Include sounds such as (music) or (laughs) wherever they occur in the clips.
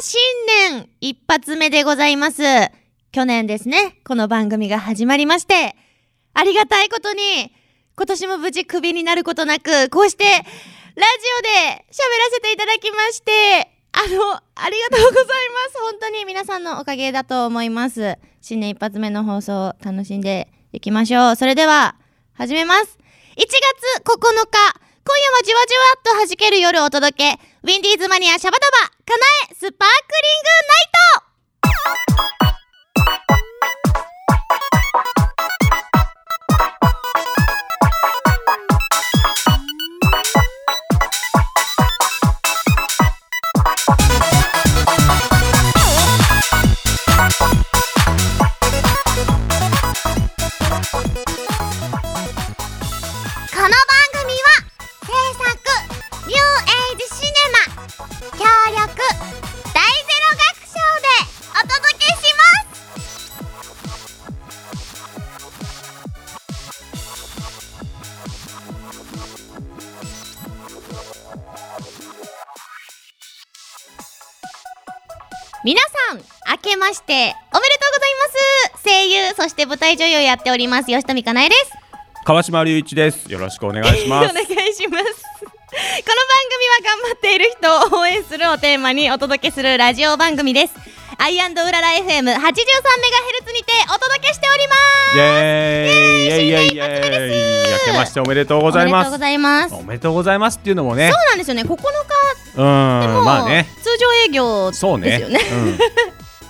新年一発目でございます。去年ですね、この番組が始まりまして、ありがたいことに、今年も無事クビになることなく、こうして、ラジオで喋らせていただきまして、あの、ありがとうございます。本当に皆さんのおかげだと思います。新年一発目の放送を楽しんでいきましょう。それでは、始めます。1月9日、今夜もじわじわっと弾ける夜をお届け。ウィンディーズマニアシャバダバ、かなえ、スパークリングナイトこの番組は制作ニューエイジシネマ協力大ゼロ学賞でお届けします皆さん明けましておめでとうございます声優そして舞台女優をやっております吉富かなえです川島隆一ですよろしくお願いしますお願いしますこの番組は頑張っている人を応援するをテーマにお届けするラジオ番組ですアイアンドウララ FM83 メガヘルツにてお届けしておりますイエーイイエーイイエーイ明けましておめでとうございますおめでとうございますおめでとうございますっていうのもねそうなんですよね9日うんまあね通常営業ですよねそうね、うん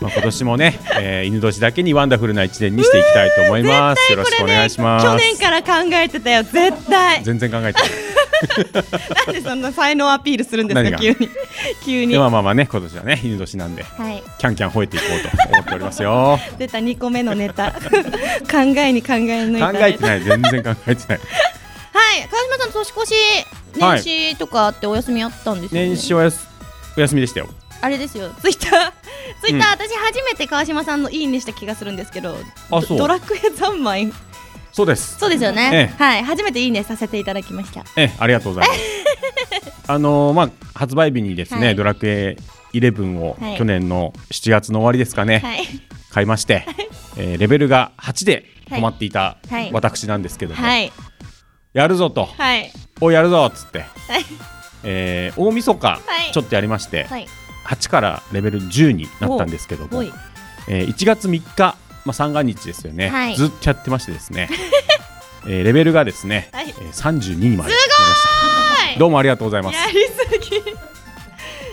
まあ、今年 (laughs) もね、えー、犬年だけにワンダフルな一年にしていきたいと思います。よろしくお願いします。去年から考えてたよ、絶 (laughs) 対。全然考えてない。なんでそんな才能アピールするんですか、急に。急 (laughs) に。まあまあまあね、今年はね、犬年なんで、はい、キャンキャン吠えていこうと思っておりま (laughs) すよ。出た2個目のネタ。 (laughs) 考えに考え抜考えてない、全然考えてない。はい、川島さん、年越し、年始とかってお休みあったんです、ねはい、年始おやすお休みでしたよ。あれですよ、ツイッター、 (laughs) ツイッター、うん、私初めて川島さんのいいねした気がするんですけど、あそうドラクエ三昧。そうです。そうですよね、ええ、はい、初めていいねさせていただきました。ええ、ありがとうござい (laughs) ます。あのー、まあ発売日にですね、はい、ドラクエ11を、はい、去年の7月の終わりですかね、はい、買いまして、はい、えー、レベルが8で止まっていた私なんですけども、やるぞと、はい、おやるぞっつって、はい、えー、大晦日、ちょっとやりまして。はい8からレベル10になったんですけども、えー、1月3日、まあ、三が日ですよね、はい、ずっとやってましてですね、えー、レベルがですね、はい、えー、32にまでどうもありがとうございますやりす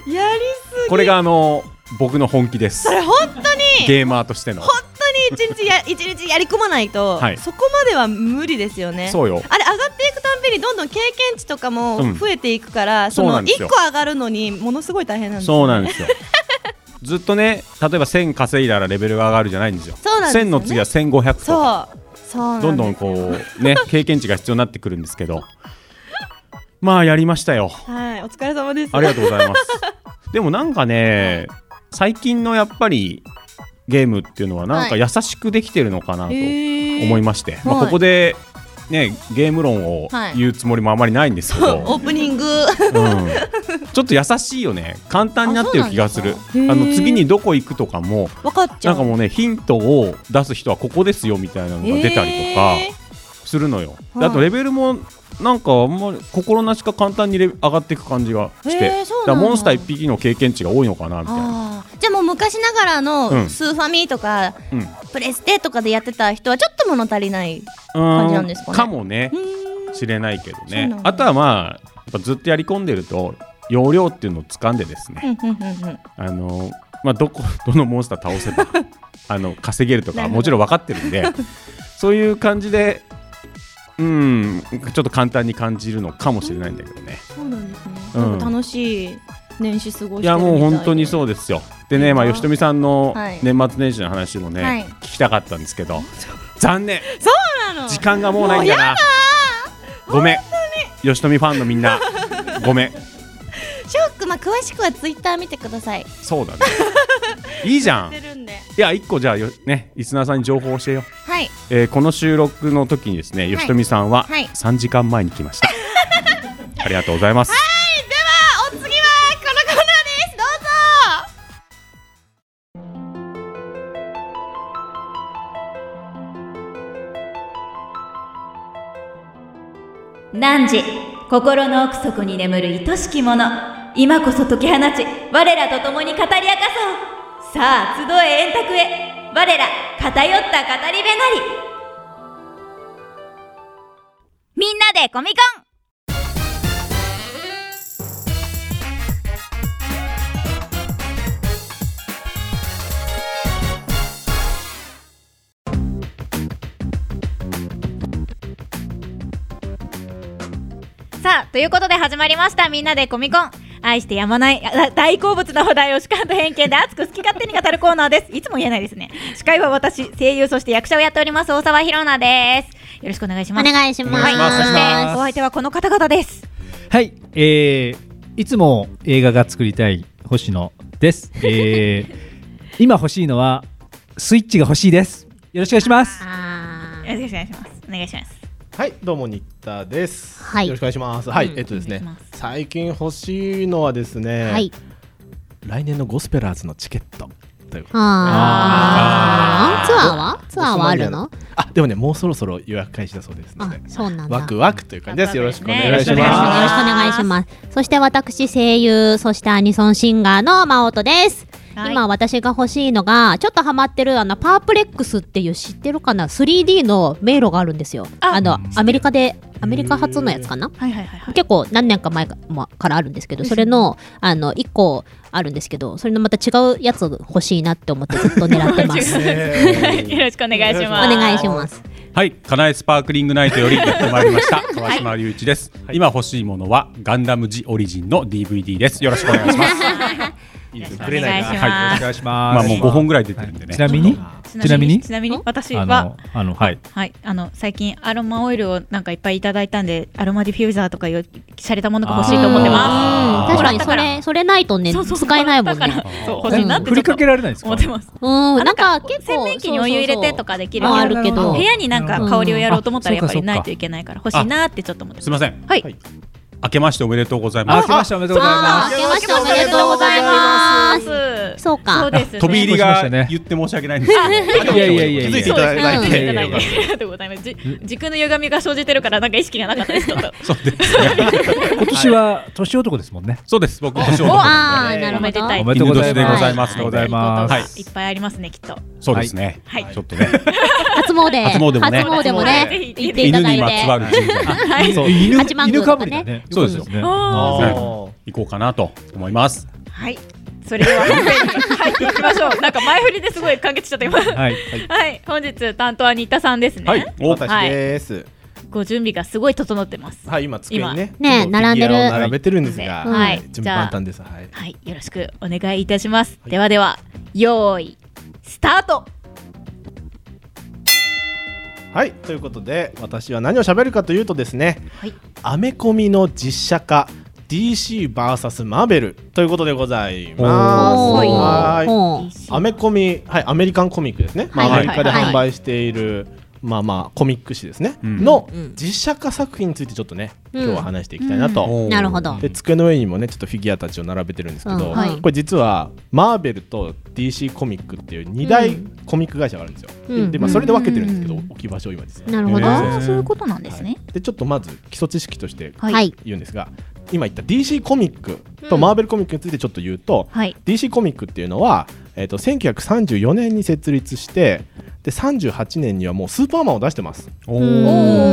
ぎやりすぎこれがあのー、僕の本気ですそれ本当にゲーマーとしての本当に一 (laughs) 日や一日やり込まないと、はい、そこまでは無理ですよねそうよあれ上がっていくたんびにどんどん経験値とかも増えていくから、うん、その1個上がるのにものすごい大変なんです、ね、そうなんですよ (laughs) ずっとね例えば1000稼いだらレベルが上がるじゃないんですよそうなんですよ、ね、1000の次は1500とかそうどんどんこ (laughs) うね経験値が必要になってくるんですけどまあやりましたよはいお疲れ様ですありがとうございます (laughs) でもなんかね最近のやっぱりゲームっていうのはなんか優しくできてるのかなと思いまして、はい、まあ、ここでね、ゲーム論を言うつもりもあまりないんですけど、 (laughs) はい、オープニング、うん、ちょっと優しいよね簡単になってる気がするあの次にどこ行くとかもなんかもうねヒントを出す人はここですよみたいなのが出たりとかするのよ、あとレベルもなんかあんまり心なしか簡単に上がっていく感じがして、だモンスター1匹の経験値が多いのかなみたいなじゃあもう昔ながらのスーファミとか、うん、プレステとかでやってた人はちょっと物足りない感じなんですかねかもね知れないけどねあとはまあやっぱずっとやり込んでると容量っていうのを掴んでですねあのまあどこ (laughs) どのモンスター倒せ (laughs) ばあの稼げるとかもちろん分かってる (laughs) んでそういう感じでうん、ちょっと簡単に感じるのかもしれないんだけどね。そうなんですね。うん、楽しい年始過ごしいやもう本当にそうですよ。でね、まあ吉富さんの年末年始の話もね、はい、聞きたかったんですけど、残念。そうなの。時間がもうないんだな。ごめん。吉富ファンのみんな、ごめん。ショック、まあ詳しくはツイッター見てください。そうだね。いいじゃん。いや一個じゃあよねリスナーさんに情報を教えよう。はい。えー、この収録の時にですね、はい、吉富さんは三時間前に来ました (laughs) 。はい、ありがとうございます。はい。ではお次はこのコーナーです。どうぞ。汝心の奥底に眠る愛しき者今こそ解き放ち我らと共に語り明かそうさあ集え円卓へ我ら偏った語り部なりみんなでコミコンさあということで始まりましたみんなでコミコン愛してやまないあ大好物の話題を主観と偏見で熱く好き勝手に語るコーナーですいつも言えないですね司会は私声優そして役者をやっております大沢ひろなですよろしくお願いしおます願いします。お願いしますそしてお願いしますお相手はこの方々ですはい、えー、いつも映画が作りたい星野です。え (laughs) ー、今欲しいのはスイッチが欲しいです。よろしくお願いします。あよろしくお願いしますお願いしますはい、どうも新田です。はいよろしくお願いします。はい、うんえっとですおね願いします、最近欲しいのはですね、ーはい。来年のゴスペラーズのチケットということで。あーあーツアーはツアーはあるのあ、でもね、もうそろそろ予約開始だそうですのあで、、そうなんだ。ワクワクという感じです。よろしくお願いしワクワクですねます。よろしくお願いします。そして私声優、そしてアニソンシンガーの真音です。はい今私が欲しいのがちょっとハマってるあのパープレックスっていう知ってるかな 3D の迷路があるんですよああのアメリカでアメリカ発のやつかなはいはいはいはい結構何年か前か,、まあからあるんですけどそれのあの1個あるんですけどそれのまた違うやつ欲しいなって思ってずっと狙ってま (laughs) すおよろしくお願いします願いしますはい、かなえスパークリングナイトよりやってまいりました。川島隆一です、今欲しいものはガンダムジオリジンの DVD です。よろしくお願いします。いいですねくれないなはい願いしままあもう5本ぐらい出てはるんでいね。ちなみに、ちなみにちなみに私あはの、あの、はい。はい、あの最近アロマオイルをなんかいっぱいいただいたんでアロマディフューザーとかよ洒落たものが欲しいと思ってうまん確す。かにもそらったれそれないとねそうそうそう使えないもんもらったねからそう欲しいなって振ちょりっとかけられないんですか。思っ (laughs) てます。うんあなんか結構洗面器にお湯入れてとかできるそうそうそうけどあるけど部屋になんか香りをやろうと思ったらやっぱりないといけないから欲かしいなってちょっと思ってます (laughs) すみません。はいはい明けましておめでとうございまあ、す来。ましたおめでとうござあいます。ー明けましておめでとうございますすそうかそうですね。飛び入りしましがたね言って申し訳ないん (laughs) ですけど。いやいやいやいや気づいていただい気づいていたて、だいてありがとうございます。じ軸の歪みが生じてるからなんか意識がなかったです。ちょっとそうですね。今年は年男ですもんね。そうです。僕年男なんあで。あなるおめほでどたいおめでとうございます。犬年でございますおめでとうございます。はいいいっぱいありますねきっと。そうですね。はいちょっとね。初詣初詣もね初詣もぜひね行ってい犬ただいにまつわてる神社にはい。そう犬八幡宮犬とかかぶねりだね。そうですよおねーおー行こうかなと思います。はい。それでは本編に入っていきましょう。なん (laughs) か前振りですごい完結しちゃった今。ははい。い。本日担当は新田さんですね。はい。お私です。ご準備がすごい整ってます。はい、今机にね、今ねちょっとフィギ並んでュアをる並べてるんですが、うんはい準備万端です。はい。はい。よろしくお願いいたします。ではでは、用意スタート。はい、ということで私は何を喋るかというとですね、はいアメコミの実写化 DCVS マーベルということでございます。おーはーいほうアメコミ、はい、アメリカンコミックですね、まあはいアメリカではい販売している、まあまあコミック誌ですね、うんのうん実写化作品についてちょっとね、うん今日は話していきたいなと、なるほどで机の上にもねちょっとフィギュアたちを並べてるんですけど、うんはいこれ実はマーベルと DC コミックっていう2大うんコミック会社があるんですよ、うんで、まあ、それで分けてるんですけど、うん置き場所を今ですねなるほどえーああ、そういうことなんですね。でちょっとまず基礎知識としてはいはい言うんですが、今言った DC コミックうとんマーベルコミックについてちょっと言うと、はい。 DC コミックっていうのは、えー、と1934年に設立してで38年にはもうスーパーマンを出してますおおー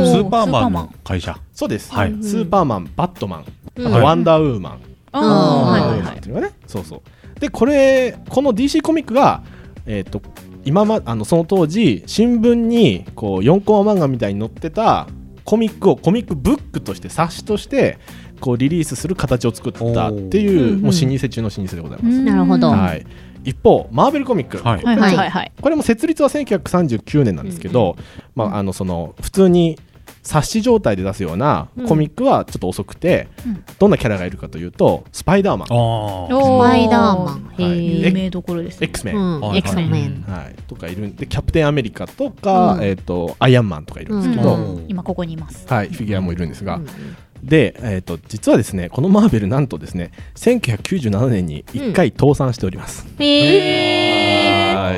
ースーパーマンの会社。そうです、はいスーパーマンバットマン、うんあとワンダーウーマン、あうんあ、はいワはンダいはーウーマンっい。ていうのがねそうそうでこれこの DC コミックが、えー、と今まあのその当時新聞にこう4コマ漫画みたいに載ってたコミックをコミックブックとして冊子としてこうリリースする形を作ったっていうおーもう老舗中の老舗でございます、なるほどうんはい、一方マーベルコミック、はいはいはいはいはい。これも設立は1939年なんですけど、まあ、あのその普通に冊子状態で出すようなコミックはちょっと遅くて、うんどんなキャラがいるかというとスパイダーマン、ああ。スおパイダーマンへはい有ー名どころですね。 X メン、うんはいエクソメンはい、とかいるんでキャプテンアメリカとか、うんえー、とアイアンマンとかいるんですけうど、ん今ここにいます。はい、フィギュアもいるんですが、うんで、えー、と実はですねこのマーベルなんとですね1997年に1回倒産しております、へえはい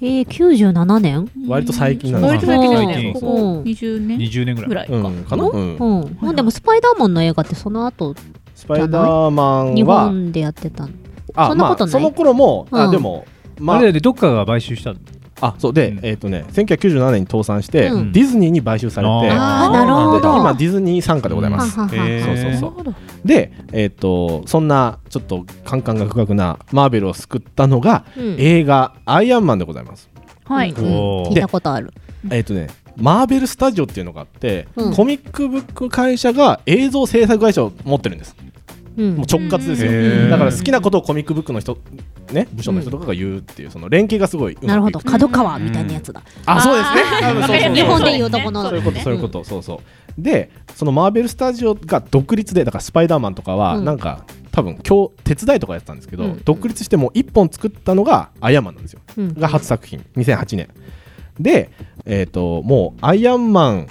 えー、97年割と最近なん割でとす最近最で近すここうん20年20年ぐらいぐらいか、うん、かな、うんうん、まあでもスパイダーマンの映画ってその後スパイダーマン日は本でやってたのあそんなことないまあ、その頃も、うあんでもまああれだよねどっかが買収したのあそうで、うんえっ、とね1997年に倒産して、うんディズニーに買収されてあーであーなるほど今ディズニー傘下でございはまはす、はえそうーそうそうでえっ、とそんなちょっとカンカンが不覚なマーベルを救ったのが、うん映画「アイアンマン」でございますはい、うんおー聞いたことあるえっ、とねマーベル・スタジオっていうのがあって、うんコミックブック会社が映像制作会社を持ってるんです、うんもう直轄ですよ、うんへーだから好きなことをコミックブックの人ね部署の人とかが言うっていうその連携がすごいうまくいくなるほど角川みたいなやつだ、あそうですね多 (laughs) 分そうそうそう日本で言うとこのそういうこと、そういうこと、そうそう。で、そのマーベルスタジオが独立で、だからスパイダーマンとかは、うんなんか、多分今日手伝いとかやってたんですけど、うん独立してもう1本作ったのがアイアンマンなんですよ。うんが初作品、2008年。で、えっ、と、もうアイアンマン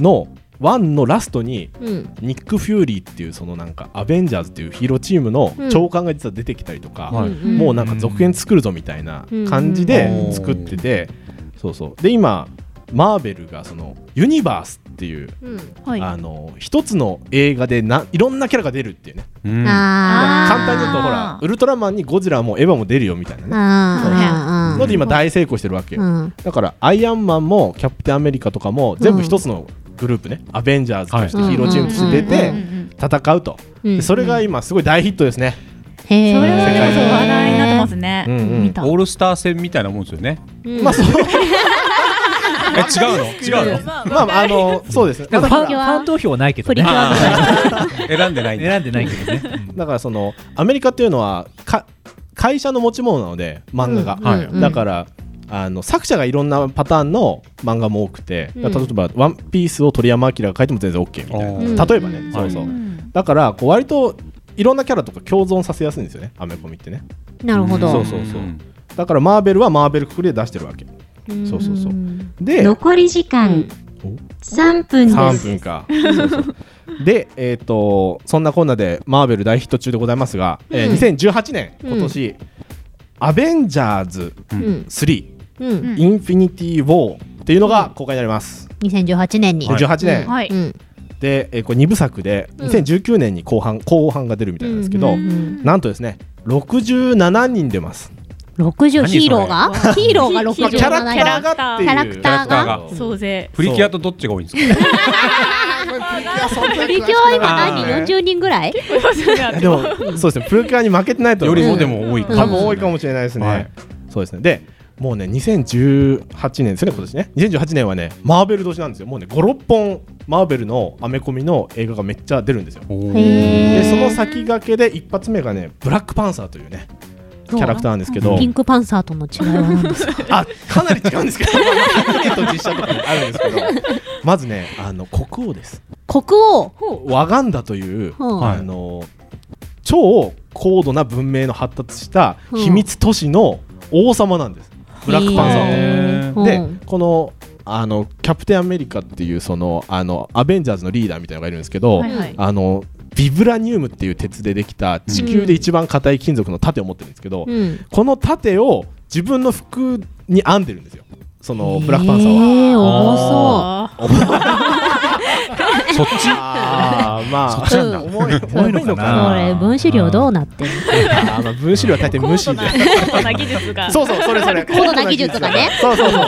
の1のラストに、うんニック・フューリーっていうそのなんかアベンジャーズっていうヒーローチームの長官が実は出てきたりとか、はいうんもうなんか続編作るぞみたいな感じうでん作ってて、そうそうで今マーベルがそのユニバースっていう、うんはいあの一つの映画でないろんなキャラが出るっていうねうんあー簡単に言うとほらウルトラマンにゴジラもエヴァも出るよみたいなねあーので今大成功してるわけうよんだからアイアンマンもキャプテンアメリカとかも全部一つのグループねアベンジャーズとしてはいヒーローチームとして出うてん戦うとうんでそれが今すごい大ヒットですねへーそれはでもそう話題になってますね、うんうん見たオールスター (laughs) 戦みたいなもんですよね。うんまあ (laughs) そうえ違うの違うのまああのそうですねでもファプンリキュアファン投票はないけどプリねキュアとか選んでないんだ。選んでないけどねう (laughs) んだからそのアメリカっていうのはか会社の持ち物なので漫画が、うんはいうんだからあの作者がいろんなパターンの漫画も多くて、うん例えば「ワンピースを鳥山明が書いても全然 OK みたいおなー例えばね、うんそうそう、んだからこう割といろんなキャラとか共存させやすいんですよねアメコミってねなるほどそうそうだからマーベルはマーベルくくりで出してるわけそうそうそうで残り時間うん3分で3す分かそうそうでえっ、とそんなこんなでマーベル大ヒット中でございますが、えーうん2018年今年、アベンジャーズうん3、うんインフィニティ・ウォーっていうのが公開になります、 2018年に18年、はい、うんで、えーこれ2部作でうん2019年に後半後半が出るみたいなんですけど、うんうんうんなんとですね67人出ます、 60何それヒーローが (laughs) ヒーローがまあキ67ャラ人キャラがっていうキャラクターが総勢プリキュアとどっちが多いんですか。プリキュアは今何あー40人ぐらいいやでもそうですねプロキュアに負けてないとよ思うりもでも多い。多分多いかもしれないですね、はいそうですねでもうね2018年ですね今年ね2018年はねマーベル年なんですよもうね56本マーベルのアメコミの映画がめっちゃ出るんですよおーへでそのー先駆けで一発目がねブラックパンサーというねキャラクターなんですけどピンクパンサーとの違いは何ですかあかなり違うんですけどアニメと実写とかもあるんですけどまずねあの国王です国王ワガンダという、うんあの超高度な文明の発達したうん秘密都市の王様なんです、ブラックパンサーは。へーでうんこのあのキャプテンアメリカっていうそのあのアベンジャーズのリーダーみたいなのがいるんですけど、はいはいあのビブラニウムっていう鉄でできた地球で一番硬い金属の盾を持ってるんですけど、うんこの盾を自分の服に編んでるんですよそのブラックパンサーは。へー重そそっち。あー (laughs) まあそっちなんだ重い重いのかうなこれ分子量どうなってんのあーまあ分子量は大抵無高視度でな高度な技術がそうそうそれそれ高度な技術がねそうそうそう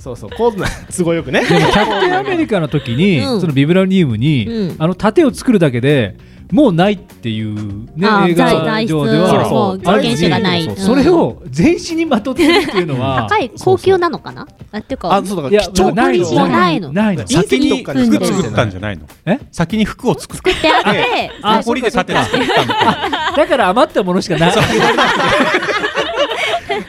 そうそう高度な都合よくねでもキャプテンアメリカの時に、うんそのビブラニウムに、うんあの盾を作るだけでもうないっていうねあー映財画財上でそうはそうあもうるし原資がないうんそれを全身にまとってるっていうのは高い高級なのかなあっていうかあそうだいかやら貴重ないもうないのないの先に隕石服とかに作ったんじゃないの？え？先に服を作っ作ってあってあ残りで盾作ったみたいな。だから余ったものしかない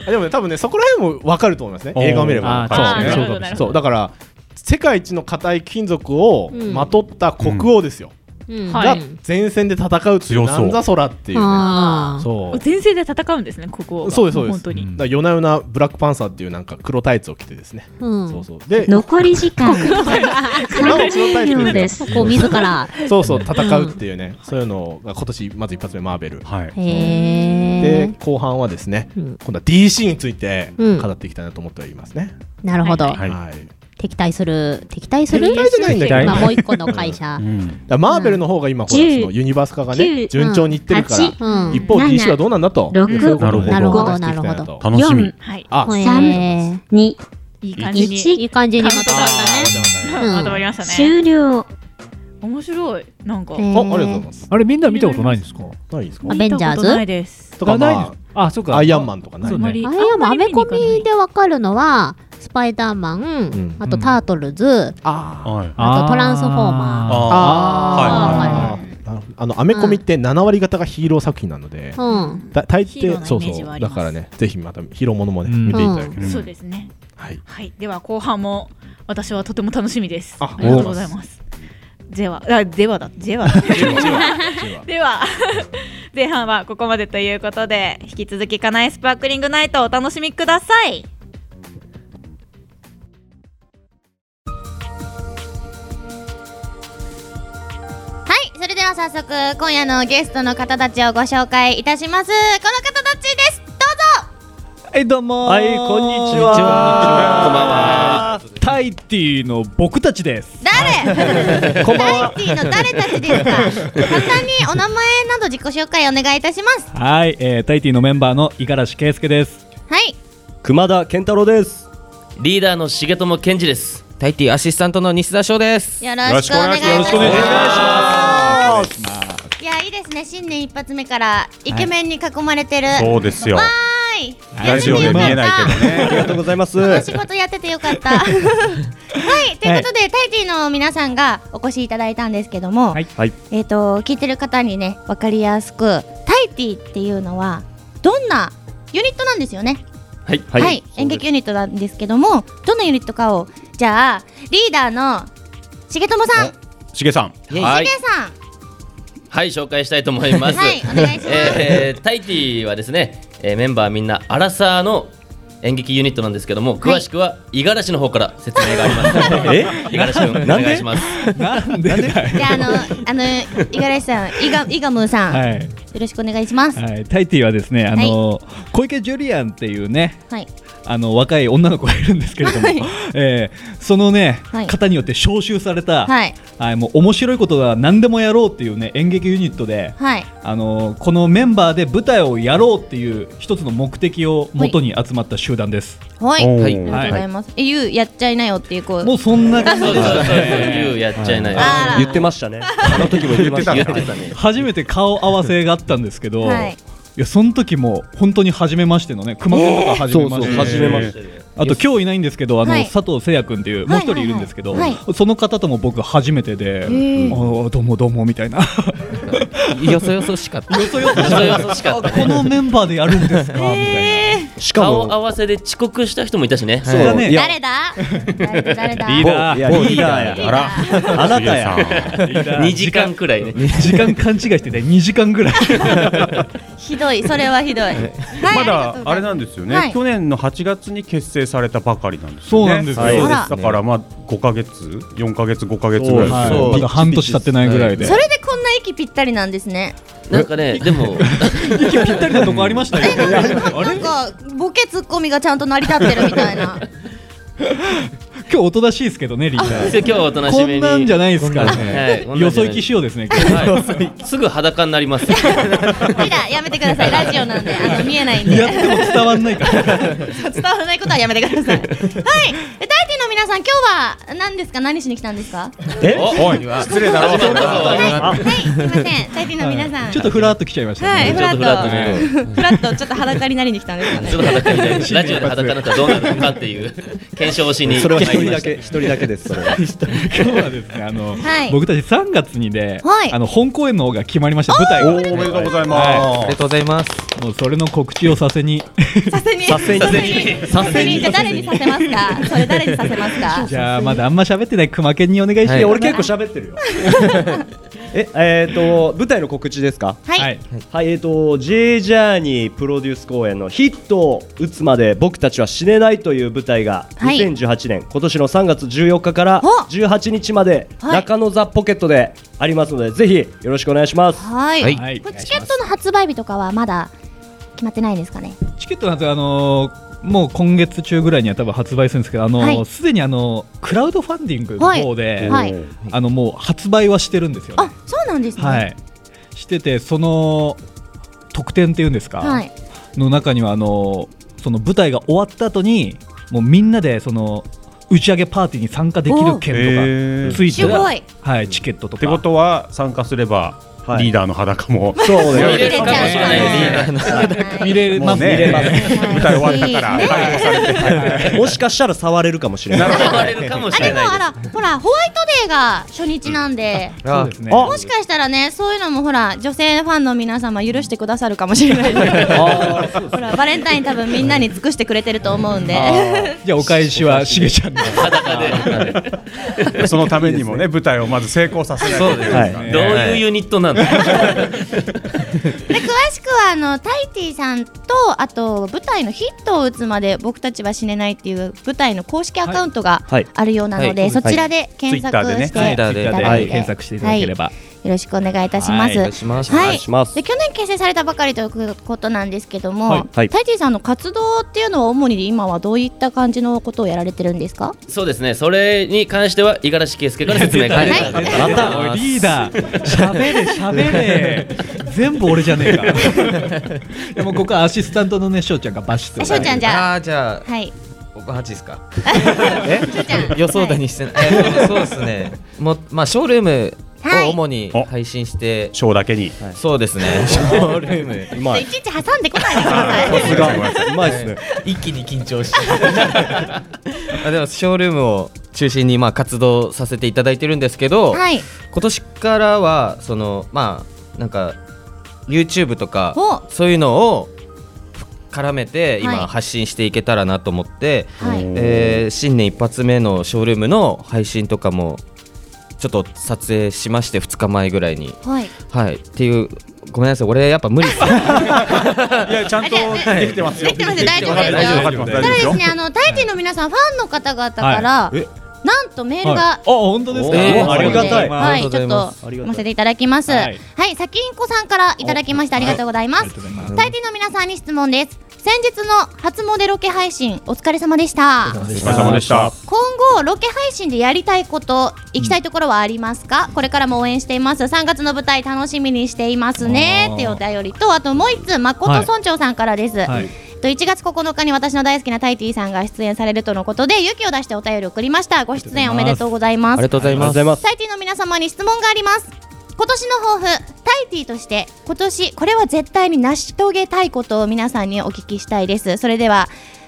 でもね多分ねそこら辺も分かると思いますねおー映画を見ればあーそう確かにそうなるほどそうだから世界一の硬い金属をうんまとった国王ですよ、うんはいが前線で戦うっていう強そうなんだそらっていうね、あーそう前線で戦うんですねここはそうですそうです本当にだから夜な夜なブラックパンサーっていうなんか黒タイツを着てですね、うんそうそうで残り時 (laughs) 間タイ30ツ秒でですこう自 (laughs) らそうそう戦うっていうね、そういうのが今年まず一発目マーベルはい。へーでで後半はですね、うん今度は DC についてうん語っていきたいなと思っておりますね。なるほど。はい。敵対する、敵対する敵対じゃないんだけどねまあもう一個の会社。うんだからマーベルの方が今ほら10そのユニバース化が9ね順調にいってるかうら、ん一方7 DC はどうなんだと。 6そういうことでなるほど出していきたいなるほと楽しみ。はい。あ、へ三え2いい感じ一にいい感じにまとまっあたね。うーんまとまりましたね。終了面白い。なんか。あありがとうございます。あれみんな見たことないんですかないですかアベンジャーズ見たことないです。とかなまいですああ、そうか。アイアンマンとかなそ。いうねあれはもうアメコミでわかるのは、スパイダーマンん、あとタートルズ、あはい。あとトランスフォーマーあああーはいーなるほどあのアメコミって7割方がヒーロー作品なので、うん。だ大ヒーロー抵のそうイメージそはあうりまだすからねぜひまたヒーローものもね、うん見ていただける、うんそうですね。はいはい。では後半も私はとても楽しみです。あありがとうございます。では、あ、ではだ、ではだ。 (laughs) では (laughs) 前半はここまでということで引き続きカナエスパークリングナイトをお楽しみくださいはい、それでは早速今夜のゲストの方たちをご紹介いたします。この方たちです。どうぞ。はい、どうもはいこんにちはこんにちはこんばんはタイティの僕たちです。誰？ (laughs) こんばんダイティの誰たちですか。簡 (laughs) 単にお名前など自己紹介お願いいたします。はい、えー、タイティのメンバーの五十嵐圭介です。はい、熊田健太郎ですリーダーの重友健二です。タイティアシスタントの西田翔です。よろしくお願いいよたろしくしお願いしまます。す。いやいいですね。新年一発目からイケメンに囲まれてる。そうですよわ。ーい。ラジオで見えないけどね。ありがとうございますこの仕事やっててよかった。はい、ということで、タイティの皆さんがお越しいただいたんですけども、はいはいえっ、と聞いてる方にねわかりやすく、タイティっていうのはどんなユニットなんですよね。はいは、はい演劇ユニットなんですけども、どのユニットかをじゃあリーダーの重友さん、ししげさん。イエイはいげさん、はい、紹介したいと思います。はいお願いしますえータイティはですね、えーメンバーみんなアラサーの演劇ユニットなんですけども、詳しくは五十嵐の方から説明がありますので、五十嵐君お願いします。なんでだよじゃああのあの五十嵐さん、イガイガムーさん、はよい、ろしくお願いします。はい、タイティはですね、あの、小池ジュリアンっていうね、はい、あの若い女の子がいるんですけれども、 (laughs) はいえーそのね、はい方によって招集された、はい、はい、もう面白いことが何でもやろうっていうね演劇ユニットで、はい、あのこのメンバーで舞台をやろうっていう一つの目的を元に集まった集団です。はい。おーはいありがとうございます。え、ゆうやっちゃいなよっていうこう。もうそんな感じそでうそうそうすそう、ね。言うやっちゃいなよ。あら言ってましたねあの時も言ってました言ってたね。初めて顔合わせがあったんですけど、はいい、やその時も本当に初めましてのね熊くんとか初めましてで初めましてあと今日いないんですけどあの、はい佐藤誠也君っていうもう一人いるんですけど、はいはいはその方とも僕初めてで、あーどうもどうもみたいなよそよそしかった。よそよそしかったこね。のメンバーでやるんですかみたいなしか顔合もわせで遅刻した人もいたしね。そうだねいや誰だ？誰だ誰だ？リーダいやリーダーやあら、あなたやしげさん2時間くらいね。時間勘違いしてね2時間ぐらいひどい、それはひどい。はい、まりがとだうござあれいまなんですよね、はい去年の8月に結成されたばかりなんですそよねうなんですよ、はいそうであ。すだからまあ5か月4か月5か月ぐらいはですいよそうまだ半年経ってないぐらいですそれでこんな息ぴったりなんですね。なんかね、でも。息ぴったりなとこありましたよなんかボケツッコミがちゃんと成り立ってるみた (laughs) いな。今日おとなしいですけどね (laughs) リーダー今日はおとなしこめんに。なんじゃないですからはいねこんなんじゃないよそ行きしようですね今日はい、すぐ裸になります。リーダーやめてください。ラジオなんであの見えないんで。やっても伝わんないから。伝わらないことはやめてください。はい、え大抵の皆さん今日は何ですか？何しに来たんです (laughs) か？えおい失礼だろ始まったぞはい、すみません。大抵の皆さん。ちょっとフラっと来ちゃいましたはい、ね。フちょっラとット。フラット、ちょっと裸になりに来たんですよねちょ。っと裸になりラジオで裸になったらどうなるのかっていう検証をしにそれは参一り人まだした。け一人だけですそれは今日はですね、あのはい、僕たち3月にではい、あの、本公演の方が決まりました、舞台おが。ーおめでとうございはまがとうございます。いもうそれの告知をさせに、させに。させにささせに。じゃあ誰にさせますか？それ誰にさせますか？じゃあまだあんま喋ってない熊健にお願いしいて、や俺結構喋ってる (laughs) よええーと舞台の告知ですかは。はいい。はい、えーと J ジャーニープロデュース公演のヒットを打つまで僕たちは死ねないという舞台がはい2018年、今年の3月14日からお18日まではい中野ザポケットでありますので、ぜひよろしくお願いします。はい。はいはいこれチケットの発売日とかはまだ決決まってないんですかねチケットなんてあのーもう今月中ぐらいには多分発売するんですけどあのーはいすでにあのークラウドファンディングの方で、はいはいあのもう発売はしてるんですよ、ね。そうなんですねはい。しててその特典っていうんですか、はいの中にはあのーその舞台が終わった後にもうみんなでその打ち上げパーティーに参加できる券とかついてるすごいはいチケットとかってことは参加すればリーダーの裸もそうねです見れるかもしれない見れます見れます舞台終わったからね解放されてもしかしたら触れるかもしれない。触れるかもあでもあらほらホワイトデーが初日なんでそうですねあもしかしたらねそういうのもほら女性ファンの皆様許してくださるかもしれないほらバレンタイン多分みんなに尽くしてくれてると思うんで (laughs) じゃあお返しはしげちゃ (laughs) んの (laughs) そのためにもね舞台をまず成功させないといけないからねどういうユニットなので詳しくはあのタイティさんとあと舞台のヒットを打つまで僕たちは死ねないっていう舞台の公式アカウントがはいあるようなので、はいそちらで検索して、はいツイッターでははいい検索していただければ、よろしくお願いいたします。はいお願いしますはいお願いしますで去年結成されたばかりということなんですけども、はいはいタイティさんの活動っていうのは主に今はどういった感じのことをやられてるんですか？ (laughs) そうですねそれに関しては五十嵐圭介から説明が出た出たまたおいリーダー喋れ喋れ全部俺じゃねえか (laughs) でもここはアシスタントのね翔ちゃんがバシッとあ翔ちゃんじゃああーじゃあはい。僕8です (laughs) かえ予想だにしてない、えーそうですねもうまあショールームを主に配信して、ショーだけにそうですねショールームういちいち挟んでこないでください。すがうまいですね一気に緊張して (laughs) あでもショールームを中心にまあ活動させていただいてるんですけど、はい今年からはそのまあなんか YouTube とかおそういうのを絡めて今はい発信していけたらなと思って、はいえー新年一発目のショールームの配信とかもちょっと撮影しまして2日前ぐらいにはいはいっていうごめんなさい俺やっぱ無 (laughs) 理ですいやちゃんとできてますよできてますよ大丈夫ですよ。大丈夫ただですねあのタイティの皆さんファンの方々から、はいえなんとメールが、はいあ本当ですかえーおありがたいはい、ちょっとあり読がまたいせていただきます。ははいい、先んこさんからいただきましてありがとうございます。大抵の皆さんに質問です。先日の初モデロケ配信お疲れ様でした。お疲れ様でした今後ロケ配信でやりたいこと行きたいところはありますか、これからも応援しています3月の舞台楽しみにしていますねあーっていうお便りとあともう一つ誠村長さんからです、はいえっと1月9日に私の大好きなタイティさんが出演されるとのことで勇気を出してお便りを送りましたご出演おめでとうございますありがとうございますありがとうございますタイティの皆様に質問があります今年の抱負タイティとして今年これは絶対に成し遂げたいことを皆さんにお聞きしたいですそれでは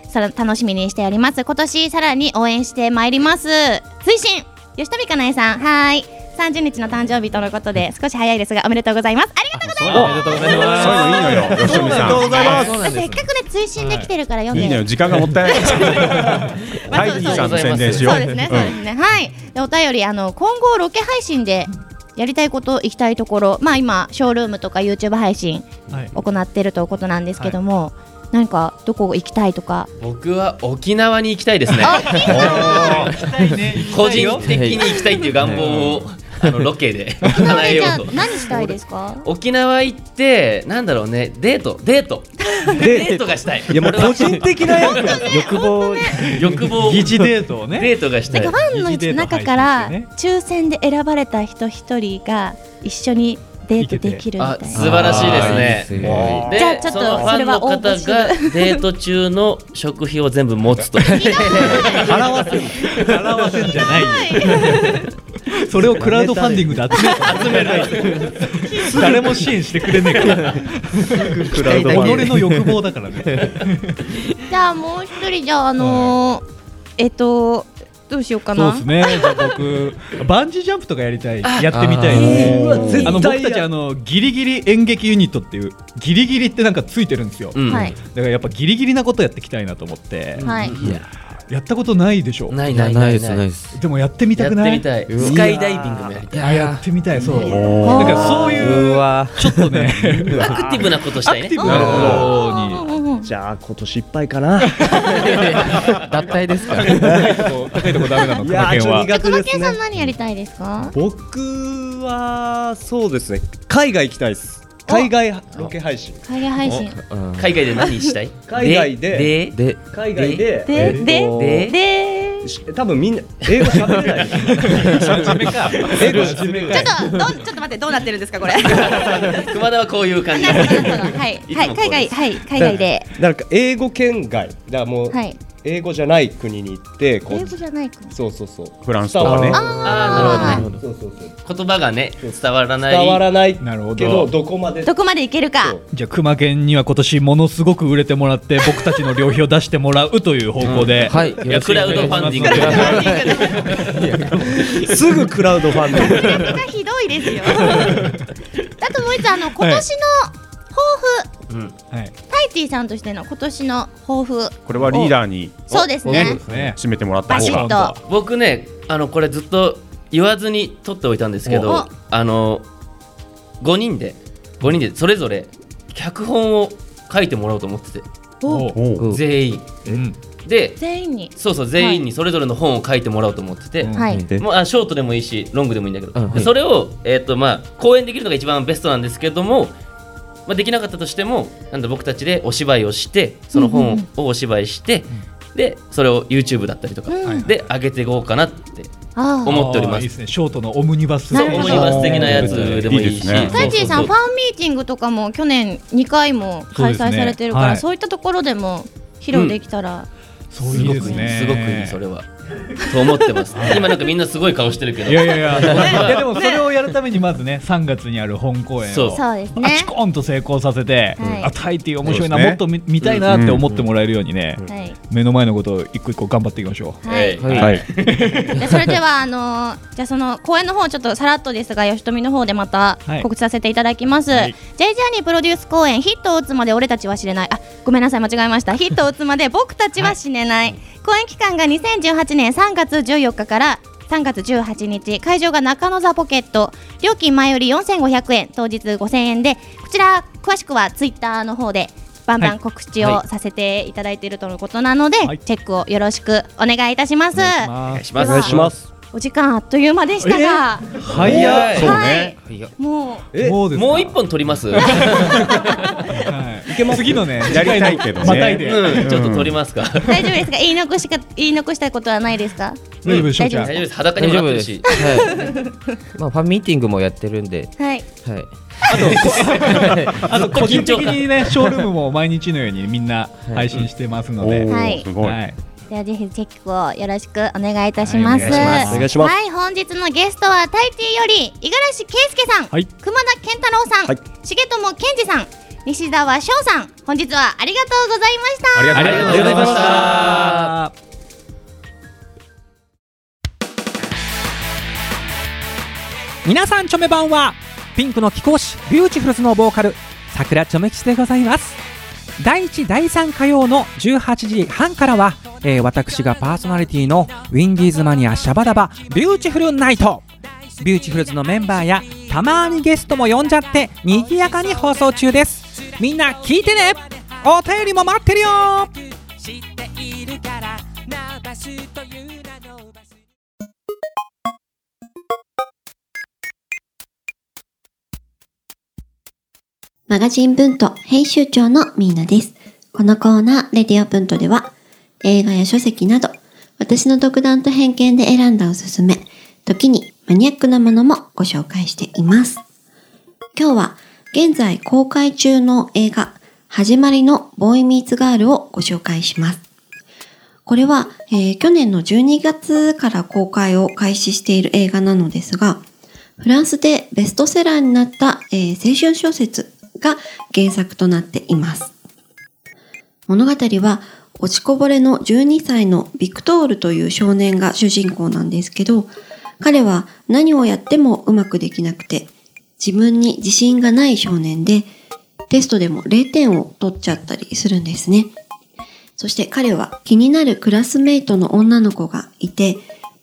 さら楽しみにしてやります今年さらに応援してまいります推進吉富かなえさんはーい30日の誕生日とのことで少し早いですがおめでとうございますありがとうございますおめでとうございますそういうのいいのよ吉富さんおめでとうございますだってせっかくね推進できてるから読んでいいのよ時間がも (laughs) ったいないタイティさんの宣伝しようそうですね、そうですね。はい。でお便りあの今後ロケ配信でやりたいこと行きたいところ、まあ今ショールームとか YouTube 配信はい行ってるということなんですけども、なんかどこ行きたいとか。僕は沖縄に行きたいですね沖縄おー (laughs) 個人的に行きたいっていう願望をあのロケで叶えじよゃあうと何したいですか。沖縄行ってなんだろうねデートデートデートがしたいいやもう個人的な俺 (laughs) は欲望欲望疑似デートをねデートがしたないんかファンの中から抽選で選ばれた人一人が一緒にデートできるみたいあな。素晴らしいですねあーいいですねでじゃあちょっとそのファンの方それは応が募しデート中の食費を全部持つと払 (laughs) わせ払わせんじゃないそれをクラウドファンディングで集める集めない (laughs) 誰も支援してくれ (laughs) ねえからクラウドファンディング己の欲望だからねじゃあもう一人じゃああのーえっとどうしようかそうな。ですね。じゃあ僕バンジージャンプとかやりたい、やってみたいあーうわで絶対す。やあの僕たちあのギリギリ演劇ユニットっていうギリギリってなんかついてるんですよ。うんはいだからやっぱギリギリなことやっていきたいなと思って。はいややったことないでしょ。。ないないないないないですないですでもやってみたくない。やってみたいスカイダイビングもやりたいあやってみたいそう。おーなんかそういうちょっとねアクティブなことしたいねアクティブなことに。じゃあ今年いっぱいか (laughs) な。脱退ですか。 (laughs) 高いとこダメなの。いやーちょっと苦手熊で健すさねん。何やりたいですか。僕はそうですね海外行きたいです。海外ロケ配信海外配信海外で何したい (laughs) 海外ででで海外ででえっとでし多分みんな英語喋れないちょっとどうちょっ (laughs) 英語と待ってどうなってるんですかこれ熊田はこういう感じはいはい海外はい海外でだから英語圏外だからもうはい英語じゃない国に行ってこ英語うじゃないかそうそうそうフランスとかねあーなるほどそうそうそう言葉がね伝わらない伝わらないなるほけどどこまでどこまでいけるかじゃあ熊研には今年ものすごく売れてもらって僕たちの旅費を出してもらうという方向で、はいいやクラウドファンディングよろしくお願いしますすぐクラウドファンディングめちゃくちゃひどいですよあともう一つあの今年の抱負、はいタイティさんとしての今年の抱負これはリーダーにそうですねそうです締めてもらった方がバシ僕ねあのこれずっと言わずに取っておいたんですけおどおあの5人で5人でそれぞれ脚本を書いてもらおうと思っててお全員で全員にそうそう全員にそれぞれの本を書いてもらおうと思ってて、はいでもうあショートでもいいしロングでもいいんだけど、うんはいそれを、えーとまあ、公演できるのが一番ベストなんですけども、まあ、できなかったとしてもなんだ僕たちでお芝居をしてそのうんうん本をお芝居して、でそれを YouTube だったりとかうんで上げていこうかなってあー思っておりますあーいいですねショートのオムニバスそうオムニバス的なやつでもいいしタイチーさんファンミーティングとかも去年2回も開催されてるからそう,、そうですねはいいったところでも披露できたら、そういいですねすごくいいそれはと思って (laughs) ます今なんかみんなすごい顔してるけどいやいやい (laughs) や、僕はいやでもそれをやるためにまずね3月にある本公演そうをそうですあねちこんと成功させて、はいあタイっていう面白いな、そうですねもっと見見たいなって思ってもらえるようにね、んはい目の前のことを一個一個頑張っていきましょうはいはいはい (laughs) でそれではあのーじゃあその公演の方ちょっとさらっとですが吉富の方でまたはい告知させていただきます、J ジャーニープロデュース公演ヒットを打つまで俺たちは知れないあごめんなさい間違えま (laughs) したヒットを打つまで僕たちは死ねない、公演期間が2018年3月14日から3月18日会場が中野ザポケット料金前より4500円当日5000円でこちら詳しくはツイッターの方でバンバン告知をさせていただいているとのことなので、チェックをよろしくお願いいたします。お願いしますお願いしますお時間あっという間でしたが、早いそうねもうえもう一本取ります次のねやりたいけどねまたいでうんちょっと取りますか大丈夫ですか (laughs) 言い残しか言い残したいことはないですか大丈夫でしょう大丈夫ちゃんですか裸にもなってるし大丈夫ですまあファンミーティングもやってるんではいはい (laughs) あと個人的にねショールームも毎日のようにみんな配信してますのおで、ーはいすごいはい (laughs) ではぜひチェックをよろしくお願いいたします。はいお願いしますお願いしますはい、本日のゲストはタイティより五十嵐圭介さん、はい熊田健太郎さん、はい重友健二さん、西澤翔さん、本日はありがとうございました。ありがとうございました皆さんチョメ版はピンクの貴公子ビューティフルズのボーカル桜チョメ吉でございます第1第3火曜の18時半からは、えー私がパーソナリティのウィンディーズマニアシャバダバビューティフルナイトビューティフルズのメンバーやたまにゲストも呼んじゃってにぎやかに放送中ですみんな聞いてねお便りも待ってるよ知っているからナーバスという名のバスマガジン文と編集長のミーナです。このコーナー、レディオ文とでは、映画や書籍など、私の独断と偏見で選んだおすすめ、時にマニアックなものもご紹介しています。今日は、現在公開中の映画、始まりのボーイミーツガールをご紹介します。これは、えー去年の12月から公開を開始している映画なのですが、フランスでベストセラーになった、えー青春小説が原作となっています。物語は落ちこぼれの12歳のビクトールという少年が主人公なんですけど、彼は何をやってもうまくできなくて、自分に自信がない少年で、テストでも0点を取っちゃったりするんですね。そして彼は気になるクラスメイトの女の子がいて、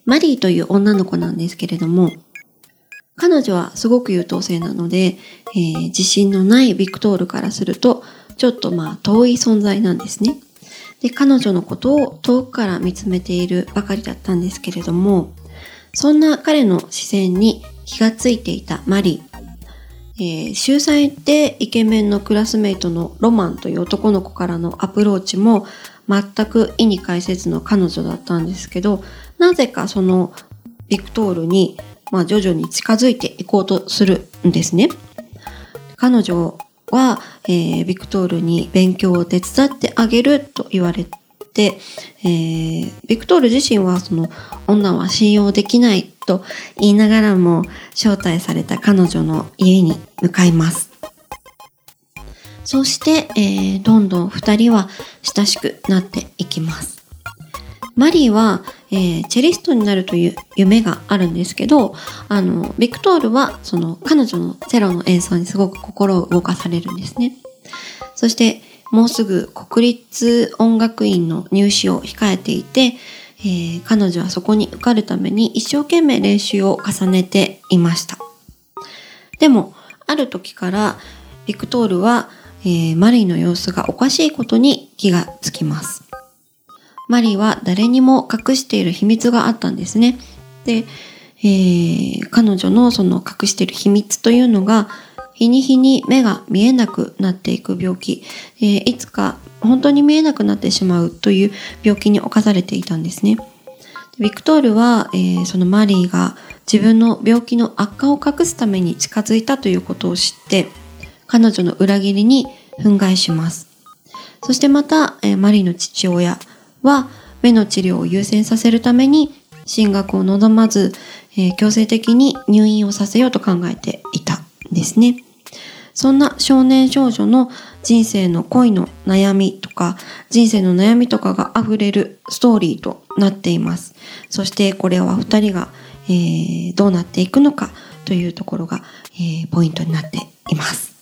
マリーという女の子なんですけれども、彼女はすごく優等生なので、えー自信のないビクトールからすると、ちょっとまあ遠い存在なんですね。で、彼女のことを遠くから見つめているばかりだったんですけれども、そんな彼の視線に気がついていたマリー。ええー秀才でイケメンのクラスメイトのロマンという男の子からのアプローチも全く意に介せずの彼女だったんですけど、なぜかそのビクトールに、まあ、徐々に近づいていこうとするんですね。彼女は、えービクトールに勉強を手伝ってあげると言われて、えービクトール自身はその女は信用できないと言いながらも招待された彼女の家に向かいます。そして、えーどんどん二人は親しくなっていきます。マリーは、えーチェリストになるという夢があるんですけど、あの、ビクトールは、その、彼女のチェロの演奏にすごく心を動かされるんですね。そして、もうすぐ国立音楽院の入試を控えていて、えー彼女はそこに受かるために一生懸命練習を重ねていました。でも、ある時から、ビクトールは、えーマリーの様子がおかしいことに気がつきます。マリーは誰にも隠している秘密があったんですね。で、えー彼女のその隠している秘密というのが、日に日に目が見えなくなっていく病気、えーいつか本当に見えなくなってしまうという病気に侵されていたんですね。ビクトールは、えーそのマリーが自分の病気の悪化を隠すために近づいたということを知って、彼女の裏切りに憤慨します。そしてまた、えーマリーの父親は目の治療を優先させるために進学を望まず、えー強制的に入院をさせようと考えていたんですね。そんな少年少女の人生の恋の悩みとか、人生の悩みとかが溢れるストーリーとなっています。そしてこれは二人が、えーどうなっていくのかというところが、えーポイントになっています。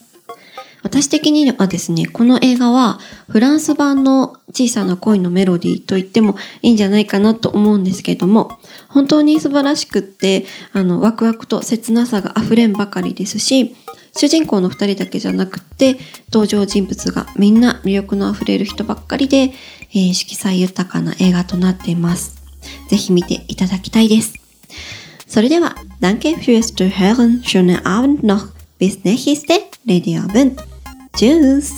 私的にはですね、この映画はフランス版の小さな恋のメロディーと言ってもいいんじゃないかなと思うんですけれども、本当に素晴らしくって、あの、ワクワクと切なさが溢れんばかりですし、主人公の二人だけじゃなくって、登場人物がみんな魅力の溢れる人ばっかりで、えー色彩豊かな映画となっています。ぜひ見ていただきたいです。それでは、danke fürs Zuhören, schönen Abend noch, bis nächste Radioabend. Tschüss!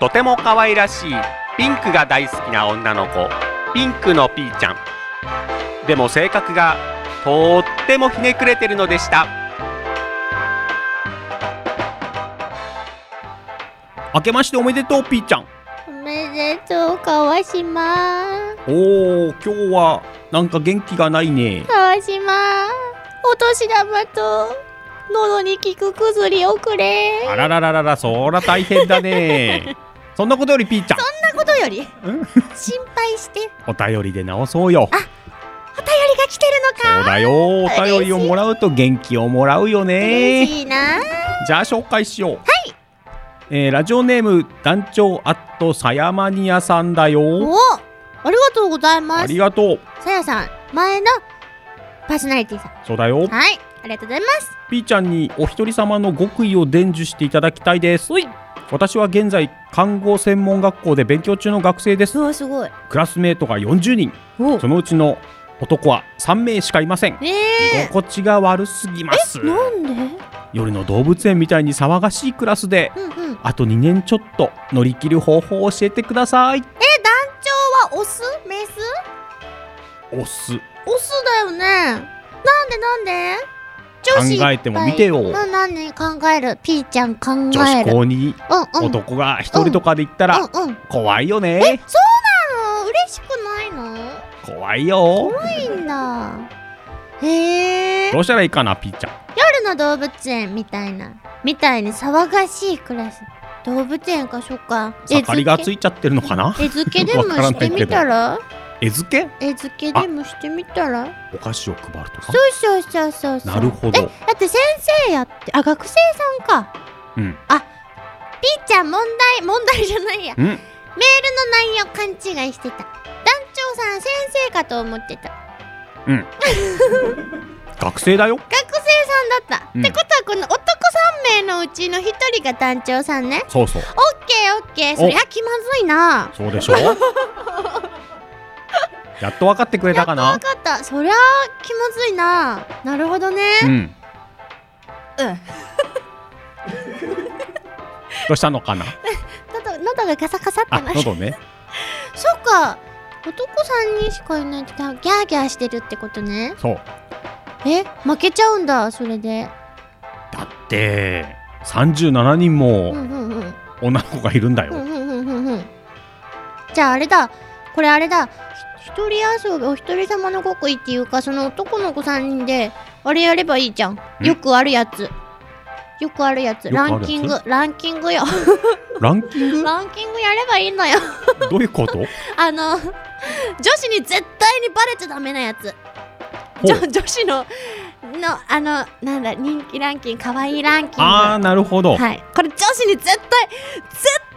とても可愛らしいピンクが大好きな女の子ピンクのピーちゃんでも性格がとってもひねくれてるのでした明けましておめでとうピーちゃんおめでとう、川島。おお今日はなんか元気がないね川島、お年玉と喉に効く薬をくれ。あらららららそら大変だねそんなことよりピーちゃんそんなことより心配してお便りで直そうよお便りが来てるのそうかだよお便りをもらうと元気をもらうよね嬉しいなじゃあ紹介しよう。はい。えーラジオネーム団長アットサヤマニアさんだおよ。ありがとうございまあすりがとう。さやさん前のパーソナリティさんそうだよ。はいありがとうございますピーちゃんにお一人様の極意を伝授していただきたいです。私は現在看護専門学校で勉強中の学生です。すごいクラスメートが40人。そのうちの男は3名しかいません。居心地が悪すぎます。なんで夜の動物園みたいに騒がしいクラスで、うんうんあと2年ちょっと乗り切る方法を教えてください。え団長はオスメスオス。オスだよねなんでなんで女子いっぱい考えても見てよな何考えるピーちゃん考える女子校にうんうん男が一人とかで行ったらうんうん怖いよえね。そうなの嬉しくないの怖いよ。怖いんだへえどうしたらいいかな、ピーちゃん。夜の動物園みたいなみたいに騒がしいクラス動物園かそっか盛りがついてちゃってるのかな餌付けでもわからんしてみたらけど餌付け餌付けでもしてみたらお菓子を配るとそかう。そうそうそうそうなるほどえだって先生やってあ学生さんかうん。ピーちゃん問題問題じゃないやメールんの内容勘違いしてた団長さん先生かと思ってた (laughs) うん。学生だよ。学生さんだった、うんってことはこの男3名のうちの1人が団長さんねそうそうオッケーオッケーそりゃ気まずいなそうでしょやっと分かってくれたかな分かったそりゃ気まずいななるほどねうんうん (laughs) どうしたのかな喉喉がカサカサってあなる喉ねそっか男さんにしかいないってギャーギャーしてるってことねそうえ負けちゃうんだそれでで37人うんうもんうん女の子がいるんだうよ、んうんうんうんうんじゃああれだこれあれだひ一人遊びお一人様の極意っていうかその男の子3人であれやればいいじゃんよくあるやつよくあるやつよくあラるやつンキングランキングよランキングランキングやればいいのよどういうことあの女子に絶対にバレちゃダメなやつほ女う女子ののあのなんだ人気ランキング可愛いランキングああなるほど、はい、これ女子に絶対絶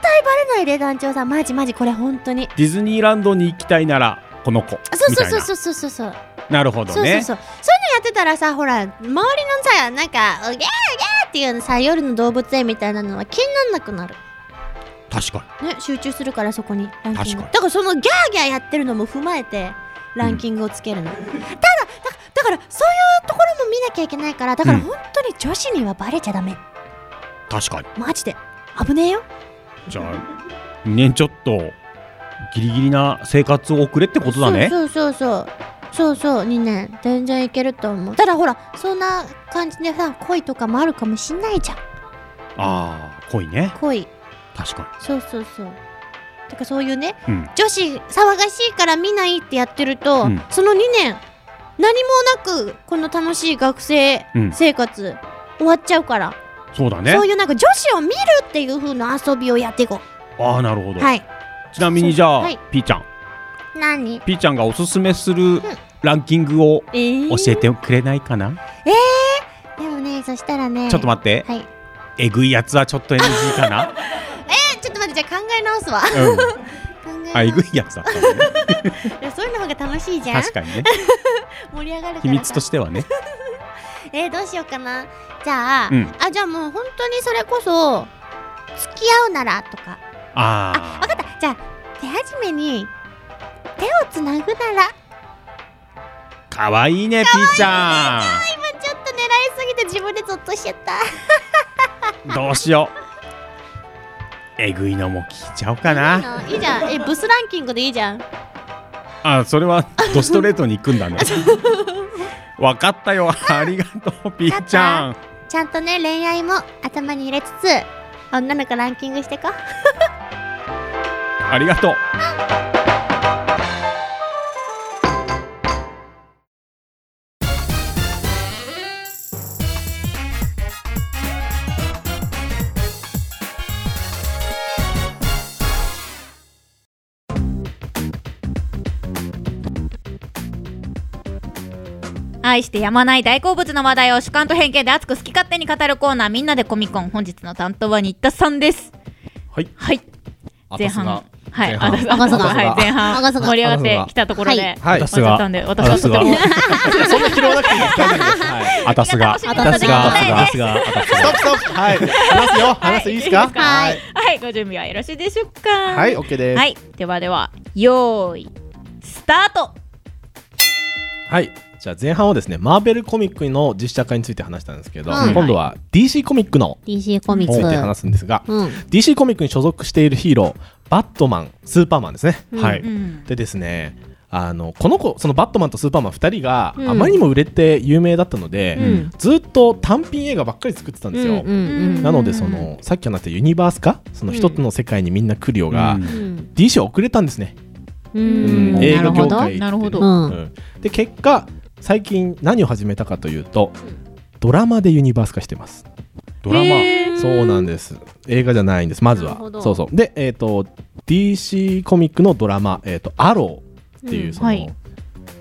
対バレないで団長さんマジマジこれ本当にディズニーランドに行きたいならこの子あそうみそたうそういなそうそうそうそうなるほどそうそうそうそういうのねやってたらさほら周りのさなんか「おギャーギャー」っていうのさ夜の動物園みたいなのは気になんなくなる確かね集中するからそこにランキング確かにだからそのギャーギャーやってるのも踏まえてランキングをつけるの、ただだだからそういうところも見なきゃいけないからだからうん本当に女子にはバレちゃダメ確かにマジで危ねえよじゃあ2年ちょっとギリギリな生活を送れってことだねそうそうそうそうそうそう2年全然いけると思うただほらそんな感じでさ恋とかもあるかもしんないじゃんああ恋ね恋確かそうそうそうてかそういうねにうん女子騒がしいから見ないってやってると、うんその2年何もなくこの楽しい学生うん生活、終わっちゃうから、そうだねそういうなんか女子を見るっていう風な遊びをやっていこああなるほうど、はいちなみにじゃあ、はいピーちゃん何ピーちゃんがおすすめするランキングをえー教えてくれないかな、えー、でもねそしたらねちょっと待ってはいえぐいやつはちょっと NG (laughs) かなえー、ちょっと待ってじゃあ考え直すわ、うん考えあえ直ぐいやつだったねす (laughs) いやそういうの方が楽しいじゃん確かにね (laughs) 盛り上がるからさ秘密とし (laughs) てはねえー、どうしようかなじゃあ、うんあじゃあもう本当にそれこそ付き合うならとかああ分かったじゃあ手始めに手をつなぐならかわいいねピーちゃあ今ちょっと狙いすぎて自分でゾッとしちゃったんどうしようえぐいのも聞いちゃおうかなあいいじゃんえブスランキングでいいじゃんあそれはドストレートに行くんだねわかったよありがとうピーちゃんちゃんとね恋愛も頭に入れつつ女の子ランキングしてこありがとう愛してやまない大好物の話題を主観と偏見で熱く好き勝手に語るコーナーみんなでコミコン本日の担当は新田さんですはいはいあ前たすが半は前いあ半たあたすすががはい前あた半すが盛り上がってきたところではい終わっちゃったんであ私たはすとがてもそんな拾わなくていいです大丈夫です (laughs) はいあたすがたあすがあたすがストップストップはい話すよ話していいですかはいはいご準備はよろしいでしょうかはい OK ですはいではではよーいスタートはいじゃあ前半はですねマーベルコミックの実写化について話したんですけど、うん今度は DC コミックの DC コミッにつクいて (laughs) 話すんですが、うん DC コミックに所属しているヒーローバットマンスーパーマンですね、うんはいうんでですねあのこの子そのバットマンとスーパーマン2人がうんあまりにも売れて有名だったので、うんずっと単品映画ばっかり作ってたんですうよ、んうんうんなのでそのさっき話したユニバース化その一つの世界にみんな来るよが、うん DC は遅れたんですねううん映画業界なるほどうんで結果最近何を始めたかというとドラマでユニバース化してますドラマへーそうなんです映画じゃないんですまずなるほはどそうそうでえっ、と DC コミックのドラマ「えー、とアロー」っていうその、はい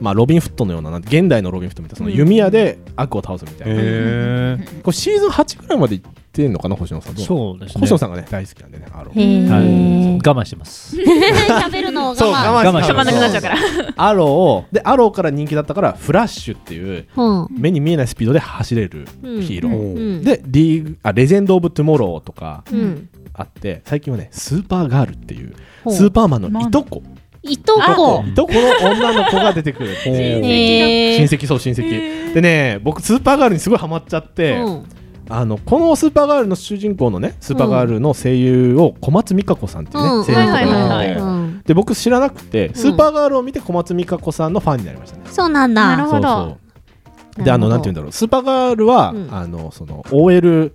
まあ、ロビン・フットのようななんて現代のロビン・フットみたいなそのうん弓矢で悪を倒すみたいな、へこれシーズン8ぐらいまでいってんのかな星野さんどそうですね星野さんがね大好きなんでねアローへーはい我慢してます喋るのを我慢そう我慢して止まんなくなっちゃうからアローをでアローから人気だったからフラッシュっていう、うん目に見えないスピードで走れるヒーロー、うんうんでリーグあレジェンド・オブ・トゥモローとかうんあって、最近はねスーパーガールっていうほうスーパーマンのいとこいとこいとこの女の子が出てくる親戚だへー親戚そう親戚でね僕スーパーガールにすごいハマっちゃって、うんあのこのスーパーガールの主人公のねスーパーガールの声優を小松美香子さんっていうね、うん声優の方がいて、はいはいはいはいで僕知らなくてスーパーガールを見て小松美香子さんのファンになりましたね、そうなんだそうそうであのなんて言うんだろうスーパーガールは、うんあのその OL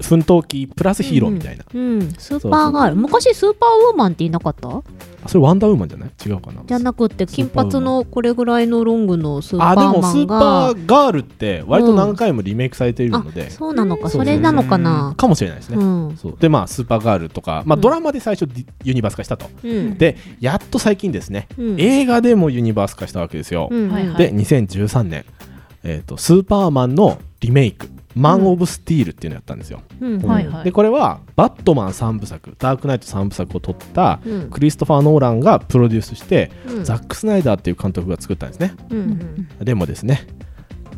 奮闘記プラスヒーローみたいな、うん、スーパーガール昔スーパーウーマンっていなかったあそれワンダーウーマンじゃない違うかなじゃなくて金髪のこれぐらいのロングのスーパあでーもマスンーパがーガールって割と何回もリメイクされているので、そうなのかそうそそうれなのかなかもしれないですね、うんそうでまあスーパーガールとか、まあ、ドラマで最初ディユニバース化したと、うんでやっと最近ですね、うん映画でもユニバース化したわけですよ、うんはいはいで2013年、えーとスーパーマンのリメイク「マン・オブ・スティール」っていうのやったんですよ、うんはいはいでこれはバットマン3部作ダークナイト3部作を取ったうんクリストファー・ノーランがプロデュースして、うんザック・スナイダーっていう監督が作ったんですね、うんでもですね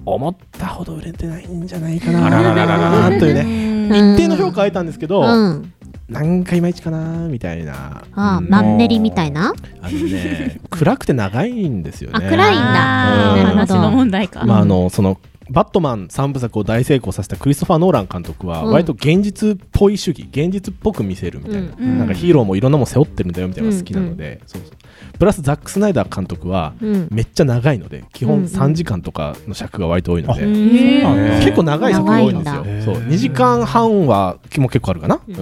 思ったほど売れてないんじゃないかなあらららららというね一定の評価を得たんですけど、うんなんかいまいちかなみたいなあマンネリみたいなあのね (laughs) 暗くて長いんですよねあ暗いんだうなんるほど話の問題かまああのそのバットマン3部作を大成功させたクリストファー・ノーラン監督はうん割と現実っぽい主義、現実っぽく見せるみたいな,、うんうんなんかヒーローもいろんなもん背負ってるんだよみたいなのが好きなので、そうそうプラスザック・スナイダー監督はうんめっちゃ長いので基うん本うん3時間とかの尺が割と多いので、あへーそうなんだ結構長い作が多いんですよ長いんだそう2時間半はも結構あるかな、うん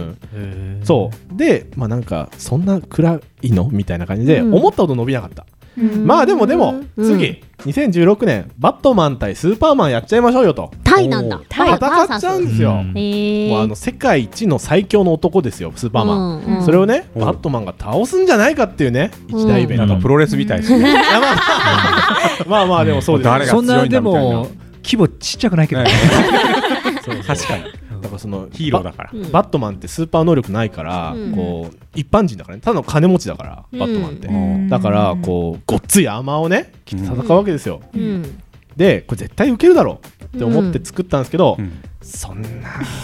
そうでまあなんかそんな暗いのみたいな感じでうん思ったほど伸びなかった、うんまあでもでもうん次2016年バットマン対スーパーマンやっちゃいましょうよとタイなんだ戦っちゃうんですよ、へーもうあの世界一の最強の男ですよスーパーマン、うんうんそれをねバットマンが倒すんじゃないかっていうね一大イベント、なんかプ (laughs) ロレスみたいですねまあまあでもそうですよ誰が強そいんんだなみたでいなも規模ちっちゃくないけど、ね、確かにだからそのヒーローだからバットマンってスーパー能力ないから、うんこう一般人だからねただの金持ちだから、バットマンって、うんだからこうごっついアーマーをね着て戦うわけですよ、うんでこれ絶対ウケるだろうって思って作ったんですけど、そんな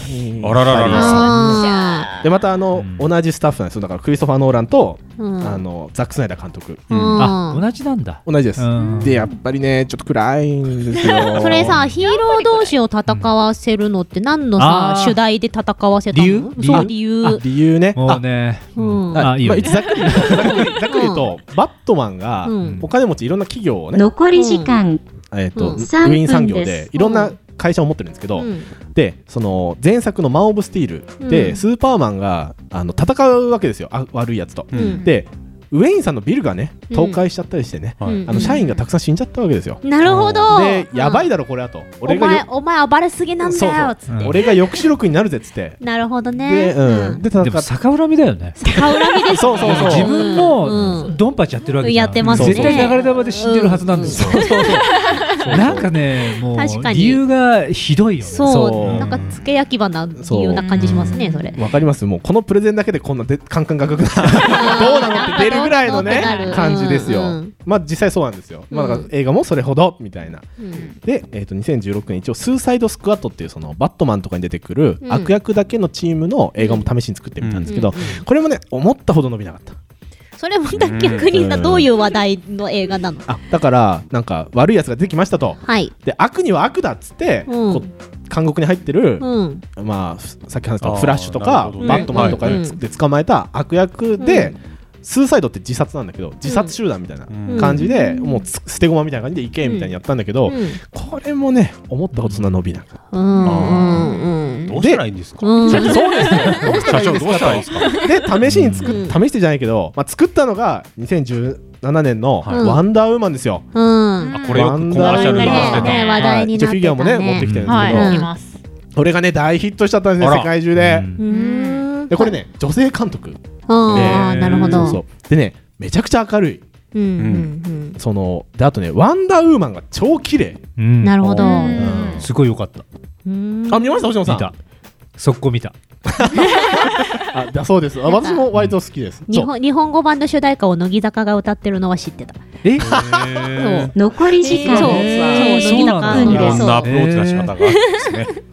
にあらららららでまたあの、同じスタッフなんですよだからクリストファー・ノーランと、うんあのザック・スナイダー監督、うんあ同じなんだ同じです、でやっぱりねちょっと暗いんですよ (laughs) それさヒーロー同士を戦わせるのって何のあーさ主題で戦わせたの理由そう理由理由ねもうねうんあああいいよまあ、ざっくりざっくりざっくり言うと、バットマンがうんお金持ちいろんな企業をね残り時間えっうとんウ3分ィン産業ですでいろんな会社を持ってるんですけど、うんでその前作の「マン・オブ・スティール」で、うんスーパーマンがあの戦うわけですよあ悪いやつと。うんでウェインさんのビルがねうん倒壊しちゃったりしてね、はいあの社員がたくさん死んじゃったわけですよ。なるほどでやばいだろこれあと、お俺が前よお前暴れすぎなんだよつって俺が抑止力になるぜっつって。なるほどで、ねうん、で、戦って。逆恨みだよね。逆恨みですねそうそうそう。自分もドンパチやってるわけじゃんやってますね絶対流れ玉で死んでるはずなんですよ、なんかねも確かうに理由がひどいよねそうなんかつけ焼き場な理由な感じしますねそれわかりますもうこのプレゼンだけでこんなでカンカンガクガクなどうなのって出るぐらいのどうなのってなねる感じですよ、うんうまあ実際そうなんですよ、まあ、だから映画もそれほどみたいな、で、えー、と2016年一応スーサイドスクワットっていうそのバットマンとかに出てくるうん悪役だけのチームの映画も試しに作ってみたんですけど、うんうんこれもね思ったほど伸びなかったそれもだ逆にさうんどういう話題の映画なのあだからなんか悪いやつが出てきましたと、はいで悪には悪だっつって、うんこう監獄に入ってる、うんまあふさっき話しあたーフラッシュとなか、るほどねバットマンとかはいでつで捕まえた悪役で、うんスーサイドって自殺なんだけど自殺集団みたいな感じで、もうつ捨て駒みたいな感じで行けみたいにやったんだけど、うんうんこれもね思ったほどそんな伸びなくうんうんどうしたらいいんですかうんそうですよどうしたらいいん社長どうしたらいいでですすかと (laughs) で試しに作っ試してじゃないけど、まあ、作ったのが2017年の「ワンダーウーマン」ですよ、うんこれよくコマーシャルにしてたね話題になってたね一応フィギュアもね持ってきてるんですはい持ってけきどまこれがね大ヒットしちゃったんですあねら世界中でうんでこれね女性監督ああでなるほどそうそうでねめちゃくちゃ明るいうんうんそのであとねワンダーウーマンが超綺麗うんなるほどすごい良かったうんあ見ました星野さん見た速攻見た (laughs) あだそうですあ私も割と好きです日本日本語版の主題歌を乃木坂が歌ってるのは知ってた (laughs) えそう残り時間そうそう乃木坂のいろんなアプローチの仕方があるんですね。 (laughs)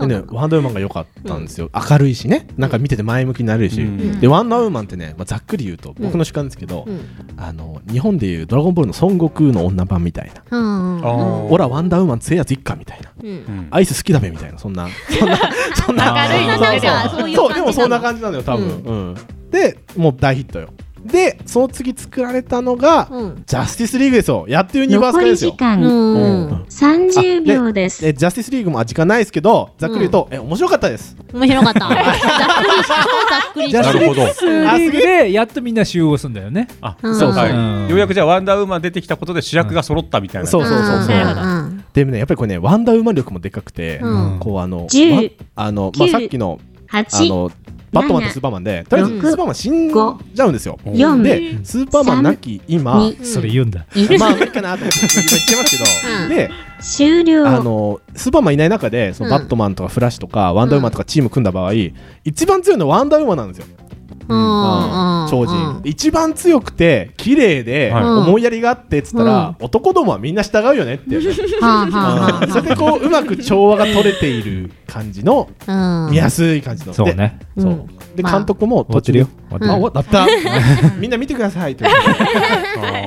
でね、ワンダーウーマンが良かったんですよ、明るいしねなんか見てて前向きになれるし、んでワンダーウーマンってね、まあ、ざっくり言うと僕の主観ですけど、あの日本でいう「ドラゴンボール」の孫悟空の女版みたいなうん「オラワンダーウーマン強いやついっか」みたいな、アイス好きだべみたいなそんなそんな (laughs) そんな明るいななんかそういう感じなのそうでもそんな感じなのよ多分、うんでもう大ヒットよでその次作られたのが、うんジャスティスリーグですよやってるユニバ残ース化りですよ時間30秒です。えジャスティスリーグもあ時間ないですけどざっくり言うと、え面白かったです面白 (laughs) かった。ざっくりした。ざっくりじしゃあた。スリックスリーグでやっとみんな集合するんだよね。あうんそうか、うんようやくじゃあワンダーウーマン出てきたことで主役が揃ったみたいな、そうそうそうそううんでもねやっぱりこれねワンダーウーマン力もでかくて、うんこうあの10わあの、まあ、 9さっきのあ8のバットマンとスーパーマンでとりあえず6スーパーマン死んじゃうんですよ4でスーパーマンなき今2それ言うんだまあいいかなと思って今言ってますけど、うんで終了。あのスーパーマンいない中でそのうんバットマンとかフラッシュとかワンダーウーマンとかチーム組んだ場合、一番強いのはワンダーウーマンなんですようん超人、一番強くて綺麗ではい思いやりがあってっつったら、男どもはみんな従うよねっていうね、はあはあはあうんそれでこううまく調和が取れている感じのうん見やすい感じのそうねでそうで監督も終わってるよあ終わってる終わったみんな見てくださいということ (laughs) で (laughs)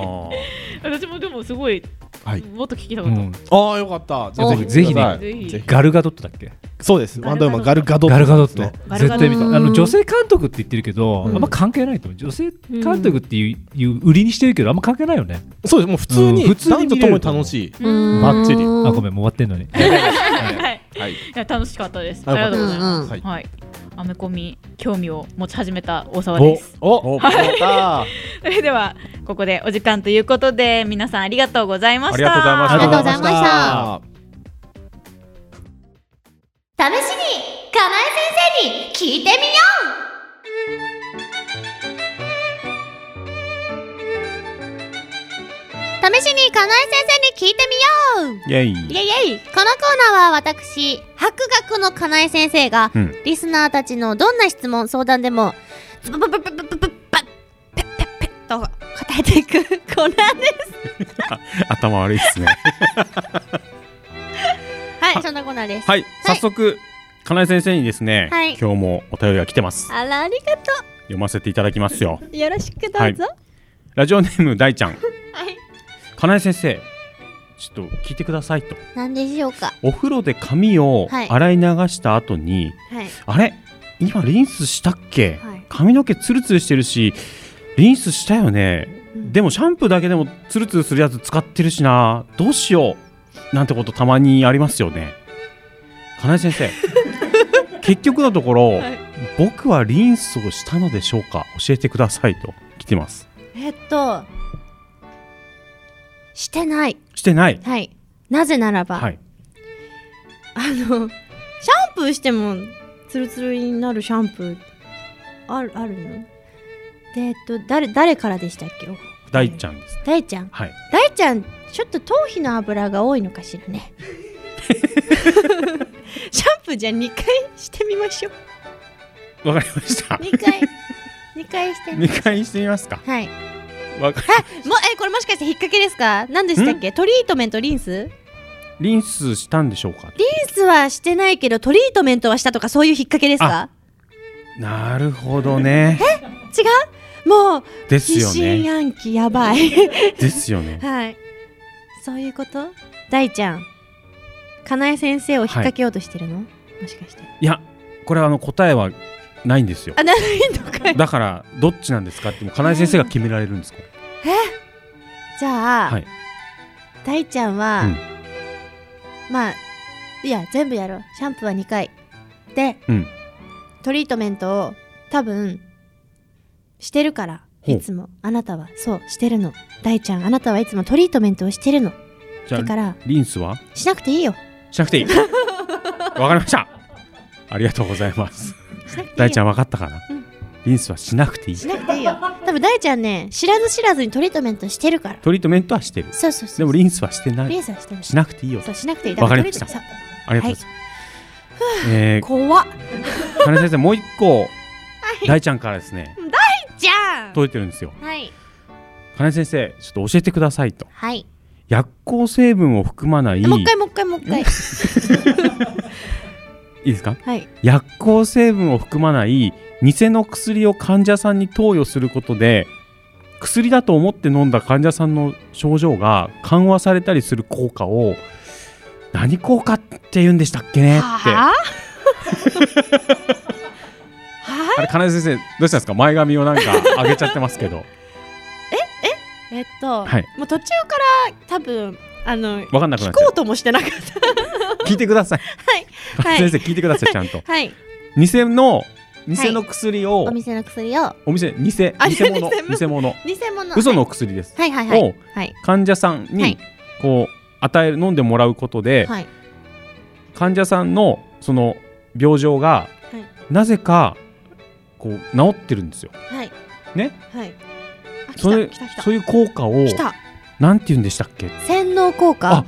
私もでもすごい、はいもっと聞きたかうった。んああよかったぜひぜひねぜひガルガドットだっけそうですワンダーウーマンガルガドットガルガドッですねト絶対見たガルガドットあの女性監督って言ってるけどあんま関係ないと思う女性監督っていういう売りにしてるけどあんま関係ないよねそうですもう普通に普通に見れる男女ともに楽しい思ううんバッチリあうんごめんもう終わってんの (laughs) (laughs) にはい、いや楽しかったです。ああよりかっがとたうごですざいます。うんうんはい、アメコミ興味を持ち始めた大沢です。おおはいやっ (laughs) それではここでお時間ということで皆さんありがとうございました。ありがとうございましたありがとうございま試ししたにかなえ先生に聞いてみよ試しにかなえ先生に聞いてみようイエイイエイイエイこのコーナーは私博学のかなえ先生が、うんリスナーたちのどんな質問相談でもズブブブブブブブブペッペッペッペッと答えていくコーナーです頭悪いですねはいそんなコーナーですはい早速かなえ先生にですね、はい今日もお便りが来てますあらありがと読ませていただきますようよろしくどうぞ、はいラジオネーム大ちゃんかなえ先生ちょっと聞いてくださいとなんでしょうかお風呂で髪を洗い流した後に、はいあれ今リンスしたっけ、はい髪の毛ツルツルしてるしリンスしたよね、でもシャンプーだけでもツルツルするやつ使ってるしなどうしようなんてことたまにありますよね金井先 (laughs) 生結局のところ、僕はリンスをしたのでしょうか教えてくださいと来てますえっとしてないしてないはいなぜならば、はいあのシャンプーしてもツルツルになるシャンプーあるあるのでえっと誰誰からでしたっけお大ちゃんです大ちゃんはい大ちゃんちょっと頭皮の油が多いのかしら (laughs) ねシャンプーじゃあ2回してみましょうわかりました2回2回してみ2回してみますかはいわかりもえこれもしかして引っ掛けですか何でしたっけトリートメントリンスリンスしたんでしょうかリンスはしてないけどトリートメントはしたとかそういう引っ掛けですかなるほどねえ違うもうですよね疑心暗鬼やばいですよね (laughs) はいそういうこと大ちゃんかなえ先生を引っ掛けようとしてるの、もしかしていやこれはあの答えはないんですよあないのかいだからどっちなんですかってもう金井先生が決められるんですかじゃあ、はい大ちゃんは、うんまあいや全部やろうシャンプーは2回でうんトリートメントを多分してるからほういつもあなたはそうしてるの大ちゃんあなたはいつもトリートメントをしてるのじゃだからあリンスはしなくていいよしなくて (laughs) いいわかりましたありがとうございます大ちゃんわかったかな、リンスはしなくていいしなくていいよ多分大ちゃんね知らず知らずにトリートメントしてるからトリートメントはしてるそうそうそうでもリンスはしてないリンスはしてないしなくていいよそうしなくていいだわかからりトまリーしトたメントありがとうございます、えー、怖っ金井先生もう一個い大ちゃんからですね大ちゃん解いてるんですよはい金井先生ちょっと教えてくださいとはい薬効成分を含まないもう一回もう一回もう一回いですか、はい薬効成分を含まない偽の薬を患者さんに投与することで薬だと思って飲んだ患者さんの症状が緩和されたりする効果を何効果って言うんでしたっけねって (laughs) はあれ金井先生どうしたんですか前髪をなんか上げちゃってますけ (laughs) どえっと、はいもう途中から多分あのわかんなくなっちゃう聞こうともしてなかっ聞いてくださいた。 (laughs) はい、先生聞いてくださいちゃんとはい。偽の偽の薬を、お店の薬をお店偽偽あ物偽物 (laughs) 偽物嘘の薬です、はいはいはいをはい患者さんに、はいこう与える飲んでもらうことで、はい患者さんのその病状が、はいなぜかこう治ってるんですよ。はいね、はい。あそれ来た来た来たそういう効果を来たなんて言うんでしたっけ洗脳効果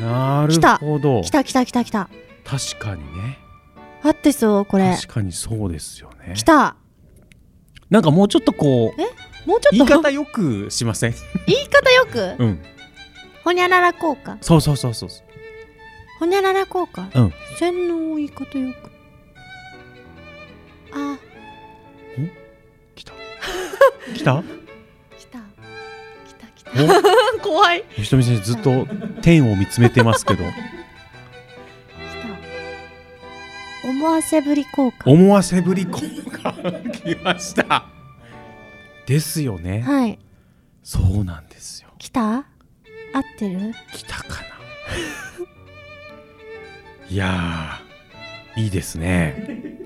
な来たるほど来た来た来た来た確かにねあってそうこれ確かにそうですよね来たなんかもうちょっとこうえもうちょっと言い方よくし (laughs) ません言い方よくうんほにゃらら効果そうそうそうそうほにゃらら効果うん洗脳を言い方よくあ来たー怖いひとみ先生ずっと天を見つめてます (laughs) けど思わせぶり効果思わせぶり効果来ましたですよね、はいそうなんですよ来た合ってる来たかいやーいいですね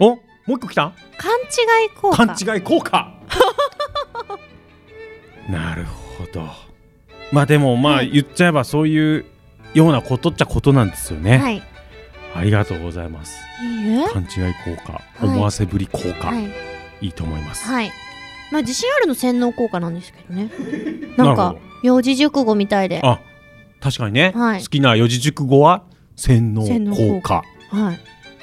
おもう一個来た勘違い効果勘違い効果なるほどまあでもまあ言っちゃえばそういうようなことっちゃことなんですよね、はいいいありがとうございますえ勘違い効果、い思わせぶり効果、はいい、いと思いま (laughs) す、はいまあ自信あるの洗脳効果なんですけど (laughs) ねなんなるかほど幼児熟語みたいであ確かにね、はい好きな四字熟語は洗脳洗脳効効果果はい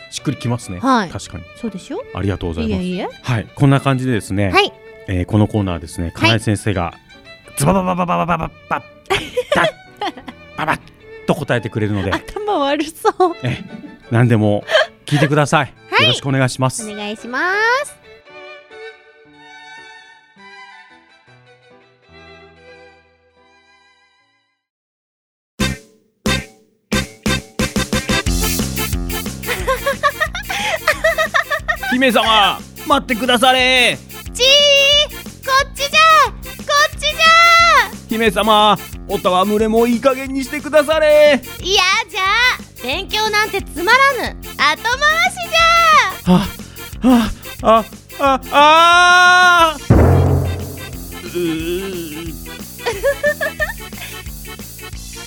しっくりきますね、はい確かにそうでしょありがとうございますいえいえはいこんな感じでですね、はいえーこのコーナーはですね金井先生が、ズババババババババババババッと答えてくれるので頭悪そう何でも聞いてくだ (laughs) さい、よろしくお願いしますお願いします姫様待ってくだされちーこっちじゃこっちじゃ姫様おたわむれもいい加減にしてくだされいやじゃあ勉強なんてつまらぬ後回しじゃはあはああああ (laughs) ウィ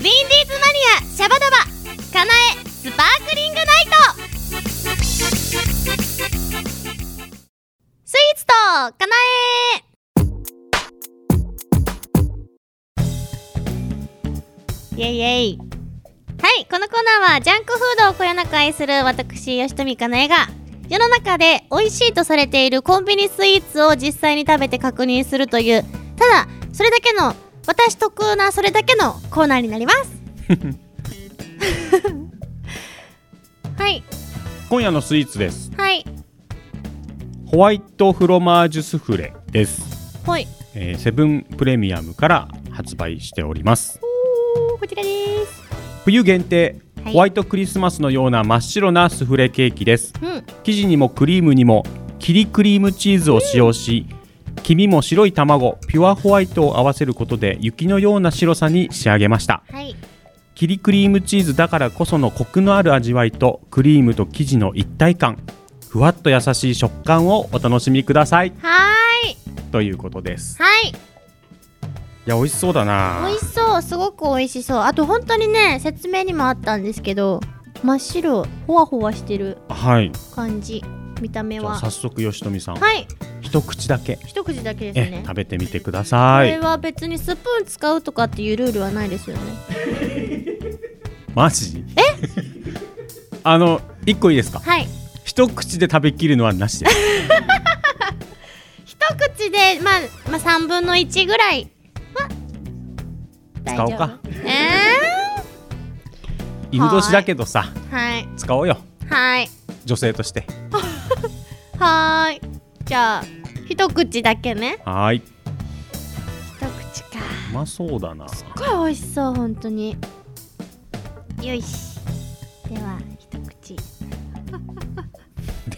ンディーズマニアシャバダバかなえスパークリングナイトスイーツとかなえイェイイェイはいこのコーナーはジャンクフードをこよなく愛する私吉富かなえが世の中で美味しいとされているコンビニスイーツを実際に食べて確認するというただそれだけの私得なそれだけのコーナーになりますはい今夜のスイーツですはいホワイトフロマージュスフレです、ほいえーセブンプレミアムから発売しておりますこちらです冬限定はいホワイトクリスマスのような真っ白なスフレケーキです、うん生地にもクリームにもキリクリームチーズを使用し、黄身も白い卵ピュアホワイトを合わせることで雪のような白さに仕上げましたはいキリクリームチーズだからこそのコクのある味わいとクリームと生地の一体感ふわっと優しい食感をお楽しみくださいはーいということですはいいや美味しそうだな美味しそうすごく美味しそうあと本当にね説明にもあったんですけど真っ白ほわほわしてるはい感じ見た目じゃあは早速吉富さん、はい一口だけ一口だけですえね食べてみてくだこさいれは別にスプーン使うとかっていうルールはないです (laughs) よねマジえ (laughs) あの一個いいですか、はい一口で食べきるのはなしです (laughs) 一口でまあまあ三分の一ぐらいは大使おう丈夫かえー、い犬年だけどさはい使おうよはい女性としてはーいじゃあ一口だけねはーい一口かうまそうだなすっごい美味しそう本当によいしでは一口い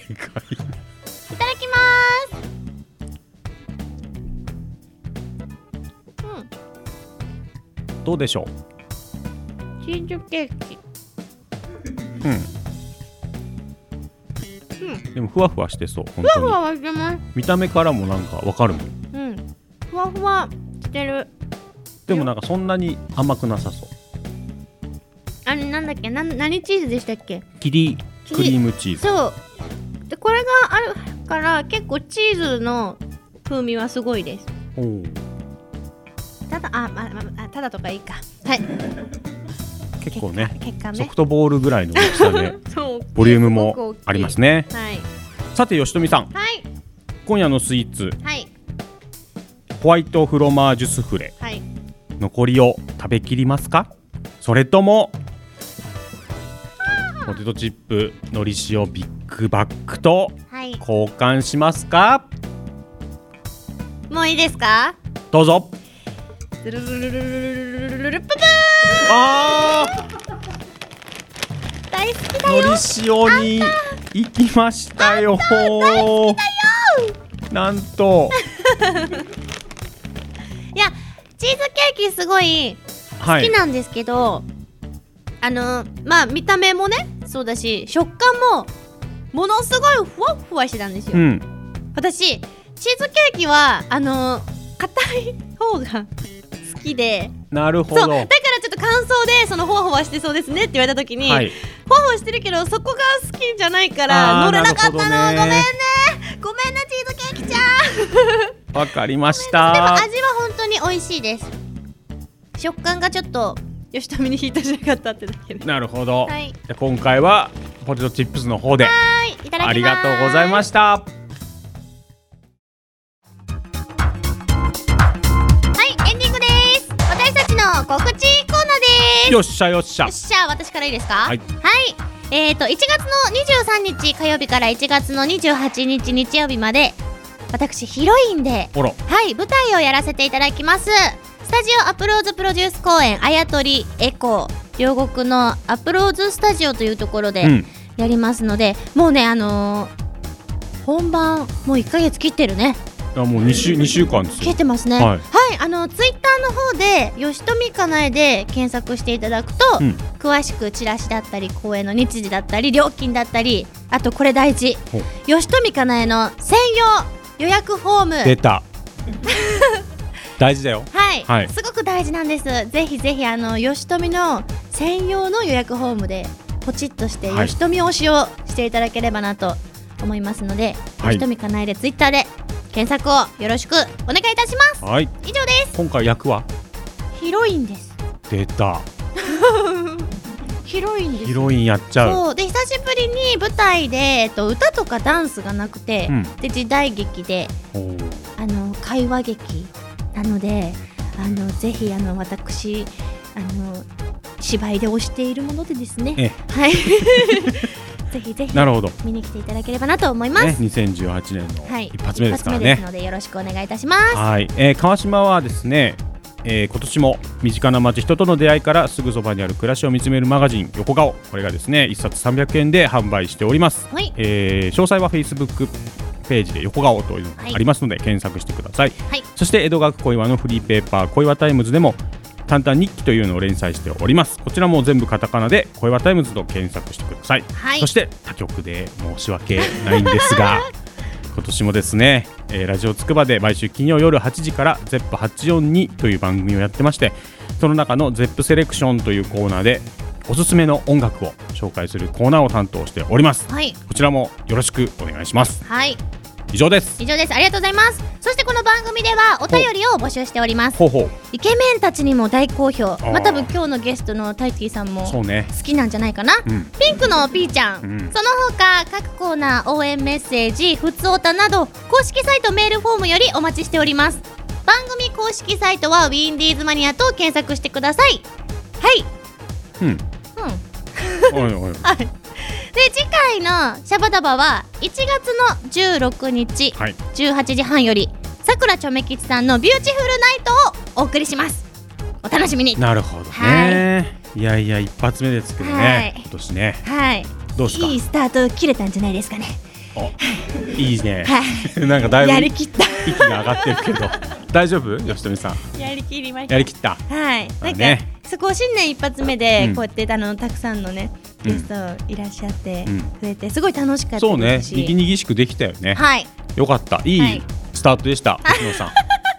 でかいただきまどうでしょーすチーズケーキううんでもふわふわしてそうふ本わ当ふにわはしてます見た目からもなんかわかるもんうんふわふわしてるでもなんかそんなに甘くなさそうあれなんだっけなん何チーズでしたっけキリキリクリームチーズそうでこれがあるから結構チーズの風味はすごいですおおただあ、ままあ、ただとかいいかはい結構ね結果ねソフトボールぐらいの大きさ (laughs) でそうボリュームすごもく大きいありますねはいさて吉富さんはい今夜のスイーツはいホワイトフロマージュスフレはい残りを食べきりますかそれともポテトチップのり塩ビッグバッグとはい交換しますかもういいですかどうぞルルルルルルルルルルププあー大好きだのより塩に行きました大よ好きだよなんといやチーズケーキすごいは好いきなんですけど、あのまあ見た目もねそうだし食感もものすごいふわっふわしてたんですよ、うん私チーズケーキはあの硬い方が (laughs) 好きでなるほそうだどからちょっと感想でそのほわほわしてそうですねって言われた時に、はいほわほわしてるけどそこが好きじゃないから乗あーれなかったのごめんなるほどねねごめんねチーズケーキちゃんわかりましでもた味は本当に美味しいです食感がちょっと吉富にヒートしなかったってだけでなるほど、はいじゃあ今回はポテトチップスの方ではいいただきますありがとうございましたはいエンディングです私たちの告知コーナーですよっしゃよっしゃ、よっしゃ私からいいですかはいえっ、と1月の23日火曜日から1月の28日日曜日まで私ヒロインでほらはい舞台をやらせていただきますスタジオアプローズプロデュース公演あやとりエコー両国のアプローズスタジオというところでうんやりますので、もうねあのー本番もう1ヶ月切ってるねあもう二週二週間です切よってますねははいい、あのツイッターの方で吉富かなえで検索していただくと、うん詳しくチラシだったり公演の日時だったり料金だったりあとこれ大事吉富かなえの専用予約フォーム出た大事だよはい、はいすごく大事なんですぜひぜひあの吉富の専用の予約フォームでポチッとしてはい吉富推しをしていただければなと思いますので、はい吉富かなえでツイッターで検索をよろしくお願いいたしますはい以上です今回役はヒロイン (laughs) です。出たヒロインです。ヒロインやっちゃうそうで久しぶりに舞台で、えっと、歌とかダンスがなくて、うんで時代劇でおーあの会話劇なのであのぜひあの私あの芝居で推しているものでですね、ええ (laughs) はいぜひぜひなるほど見に来ていただければなと思います、ね2018年のはい、一発目ですからね一発目ですのでよろしくお願いいたしますはい、えー川島はですね、えー今年も身近な街人との出会いからすぐそばにある暮らしを見つめるマガジン横顔これがですね1冊300円で販売しております、はいえー詳細は Facebook ページで横顔というのがありますので検索してください、はいそして江戸川区小岩のフリーペーパー小岩タイムズでも簡単日記というのを連載しておりますこちらも全部カタカナで小岩タイムズと検索してください、はいそして他局で申し訳ないんで (laughs) すが今年もですね、えーラジオつくばで毎週金曜夜8時から「ZEP842」という番組をやってましてその中の「ZEP セレクション」というコーナーでおすすめの音楽を紹介するコーナーを担当しております、はいこちらもよろしくお願いしますはい以上です以上ですありがとうございますそしてこの番組ではお便りを募集しておりますほうほイケメンたちにも大好評ーまあ多分今日のゲストのタイティさんもうそう好ねきなんじゃないかな、うんピンクのピーちゃん、うんその他各コーナー応援メッセージふつおたなど公式サイトメールフォームよりお待ちしております番組公式サイトはウィンディーズマニアと検索してくださいはいうんうんおい (laughs) おいはい、で次回の「シャバダバ」は1月の16日、はい18時半よりさくらちょめきちさんの「ビューティフルナイト」をお送りしますお楽しみになるほどね、い、やいや一発目ですけどね、はい今年ねはいどうっすかいいスタート切れたんじゃないですかねいいね、 (laughs) は (laughs) なんかだいぶやりきった息が上がってる (laughs) けど大丈夫吉富さんやりきりましたやりきったはいなんか、ねそこ新年一発目でうんこうやって、あのたくさんのねゲストいらっしゃって、うん増えてすごい楽しかったですしそうねにぎにぎしくできたよね、はいよかったいはいいスタートでした、星野さん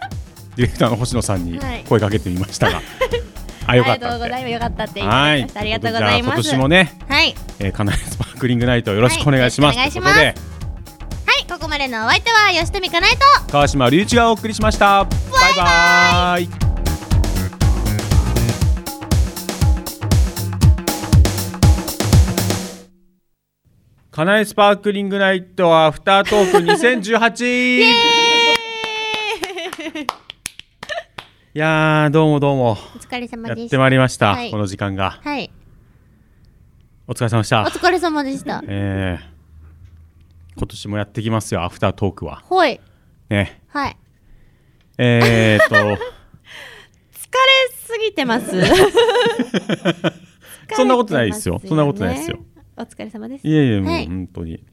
(laughs) ディレクターの星野さんにはい声かけてみましたが、 (laughs) あよかっありがたとうございますよかったって言ってくはだいさってありがとうございますじゃあ今年もねはいえー、カナエスパークリングナイトよろしくお願いします、はいよろしくおと願いいうこはいここまでのお相手は吉富かなえととで川島隆一がお送りしましたバイバイカナエスパークリングナイトアフタートーク2018いやーどうもどうも (laughs) お疲れ様やでっしたてまいりました、はいこの時間がはいお疲れ様でしおた疲れ様でしたえー、今年もやってきますよアフタートークはほいねはいえー、っ (laughs) と疲れすぎて (laughs) ますそんなことないですよそんなことないですよお疲れ様ですいえいえもうはい本当に、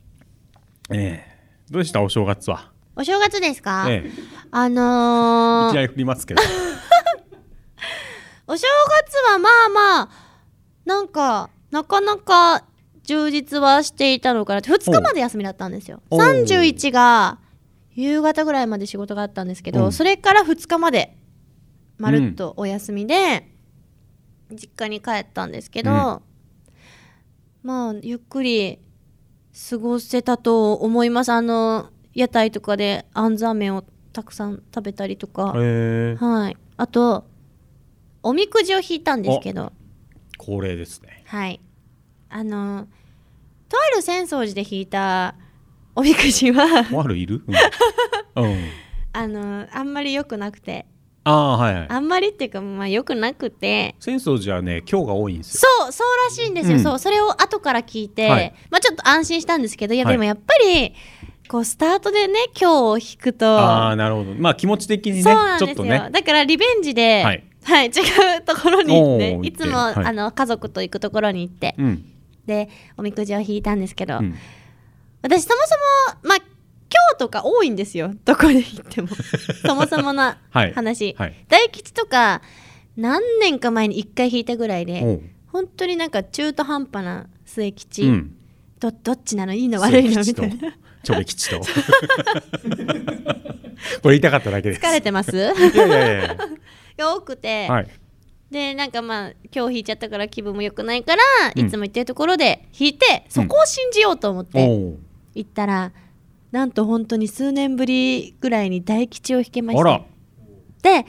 えー、どうでしたお正月はお正月ですか、ええあのいきー、なり振りますけど (laughs) お正月はまあまあなんかなかなか充実はしていたのかなって2日まで休みだったんですよおう31が夕方ぐらいまで仕事があったんですけど、うんそれから2日までまるっとお休みで、実家に帰ったんですけど、うんまあゆっくり過ごせたと思いますあの屋台とかで安座麺をたくさん食べたりとか、へーはい、あとおみくじを引いたんですけど恒例ですねはいあのとある浅草寺で引いたおみくじはもうあるいる、 (laughs) うんうんあのあんまり良くなくてああはいはいあんまりっていうかまあ良くなくて浅草寺はね今日が多いんですよそうそうらしいんですよ、うんそうそれを後から聞いて、はいまあちょっと安心したんですけどいやはいでもやっぱり、こうスタートでね今日を引くとああなるほどまあ気持ち的にねそうなんちでょっすよ、とねだからリベンジで、ははいい違うところに行っておーいつも、行ってはいあの家族と行くところに行って、うんでおみくじを引いたんですけど、うん私そもそもまあ今日とか多いんですよどこで行って (laughs) もそもそものはい話、はい大吉とか何年か前に1回引いたぐらいおでう本当になんか中途半端な末吉、うんどどっちなのいいの悪いの末み (laughs) 吉たいなちょび吉と (laughs) これ言いたかっただけです疲れてますいやいやいが多くて、やはいでなんかまあ今日引いちゃったから気分も良くないから、うんいつも言ってるところで引いてそこを信じようと思っおてう行ったら、なんと本当に数年ぶりぐらいに大吉を引けましあたらで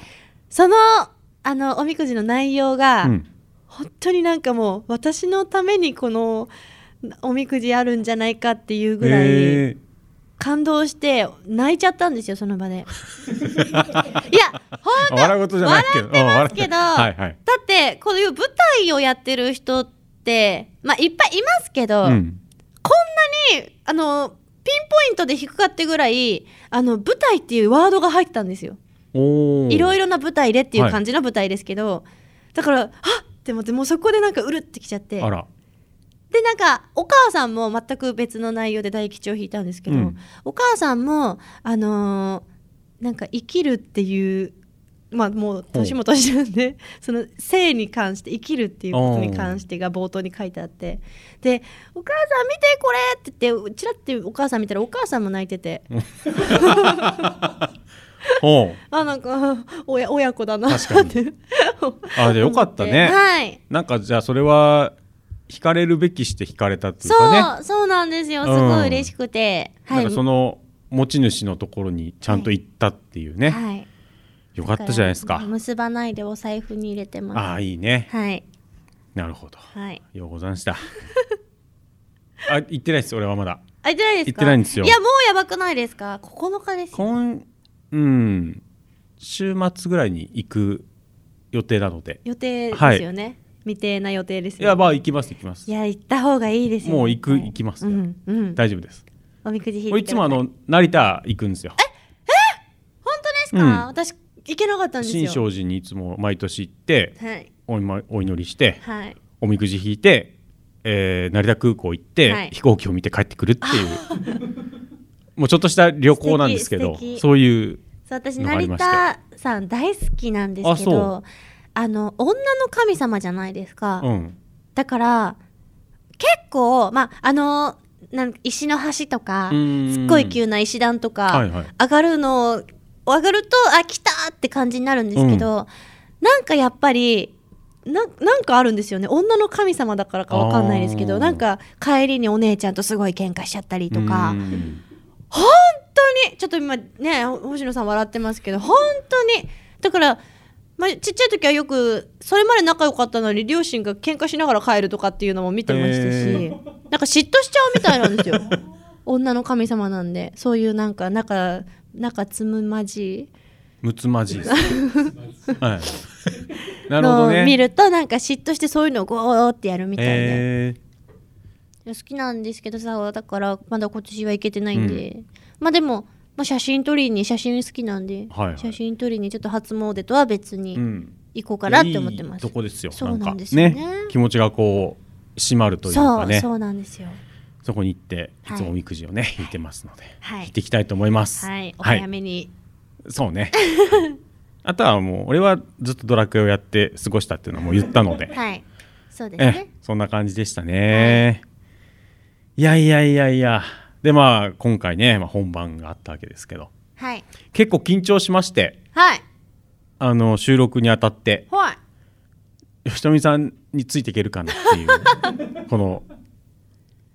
そのあのおみくじの内容が、うん本当になんかもう私のためにこのおみくじあるんじゃないかっていうぐらいえ感動して泣いちゃったんですよその場 (laughs) で。ー本当笑うことじゃないけど笑ですけど、はいはいだってこういう舞台をやってる人って、まあ、いっぱいいますけど、うんこんなにあのピンポイントで弾くかってぐらいあの舞台っていうワードが入ってたんですよ。おーいろいろな舞台でっていう感じの舞台ですけど、だからあっって思ってもうそこでなんかうるってきちゃってあらでなんかお母さんも全く別の内容で大吉を引いたんですけど、うんお母さんもあのーなんか生きるっていうまあもう年も年なんでその性に関して生きるっていうことに関してが冒頭に書いてあってで「お母さん見てこれ!」って言ってちらってお母さん見たらお母さんも泣いてて (laughs) おうあなんか親親子だなって確か (laughs) にあでよかったね、はいなんかじゃあそれは惹かれるべきして惹かれたっていうそかねう、そうなんですよ。すうんごい嬉しくて。なんかその持ち主のところにちゃんと行ったっていうね、はい。よかったじゃないですだから結ばないでお財布に入れてます。ああいいねはい。なるほどはい。ようござんした (laughs) あ行ってないです俺はまだあ、行ってないですか行ってないんですよいや、もうやばくないですか ?9 日ですよ。今うん週末ぐらいに行く予定なので予定ですよね。未定な予定です、ね、いやまあ行きます行きますいや行った方がいいですよ、もう行く行きます、うんうん大丈夫ですおみくじ引いてくださ俺いつもあの成田行くんですよ本当ですか、うん私行けなかったんですよ新勝寺にいつも毎年行って、はいお祈お祈りして、はいおみくじ引いて、えー成田空港行って、はい飛行機を見て帰ってくるっていうもうちょっとした旅行なんですけど素敵素敵そういうそう私のがあり成まして田さん大好きなんであすけそどうあの女の神様じゃないですか、うんだから結構まああのなん石の橋とかうんすっごい急な石段とか、はいはい上がるのを上がるとあ来たって感じになるんですけど、なんかやっぱりななんかあるんですよね女の神様だからかわかんないですけあどーなんか帰りにお姉ちゃんとすごい喧嘩しちゃったりとかうん本当にちょっと今ね星野さん笑ってますけど本当にだから、まあ、ちっちゃい時はよくそれまで仲良かったのに両親が喧嘩しながら帰るとかっていうのも見てましたし、へなんか嫉妬しちゃうみたいなんですよ (laughs) 女の神様なんでそういうなんか仲仲つむまじいむつま (laughs) じいです、 (laughs) はい、なるほどのねを見るとなんか嫉妬してそういうのをゴーってやるみたいな、えいや好きなんですけどさだからまだ今年は行けてないんで、まあでも、まあ、写真撮りに写真好きなんで、はいはい写真撮りにちょっと初詣とは別うにん行こうかなって思ってます、いいとこですよそうなんですよねね気持ちがこう締まるというそかう、ねそうなんですよそこに行っていはいつもおみくじをね、引いてますので、はい引いていきたいと思いますはいお早めに、そうねあとはもう俺はずっとドラクエをやって過ごしたっていうのはもう言ったので、はいそうですえねそんな感じでしたね、い、やいやいやいやでまあ今回ね、まあ、本番があったわけですけどはい結構緊張しましてはいあの収録にあたってはい (laughs) 吉富さんについていけるかなっていう (laughs) この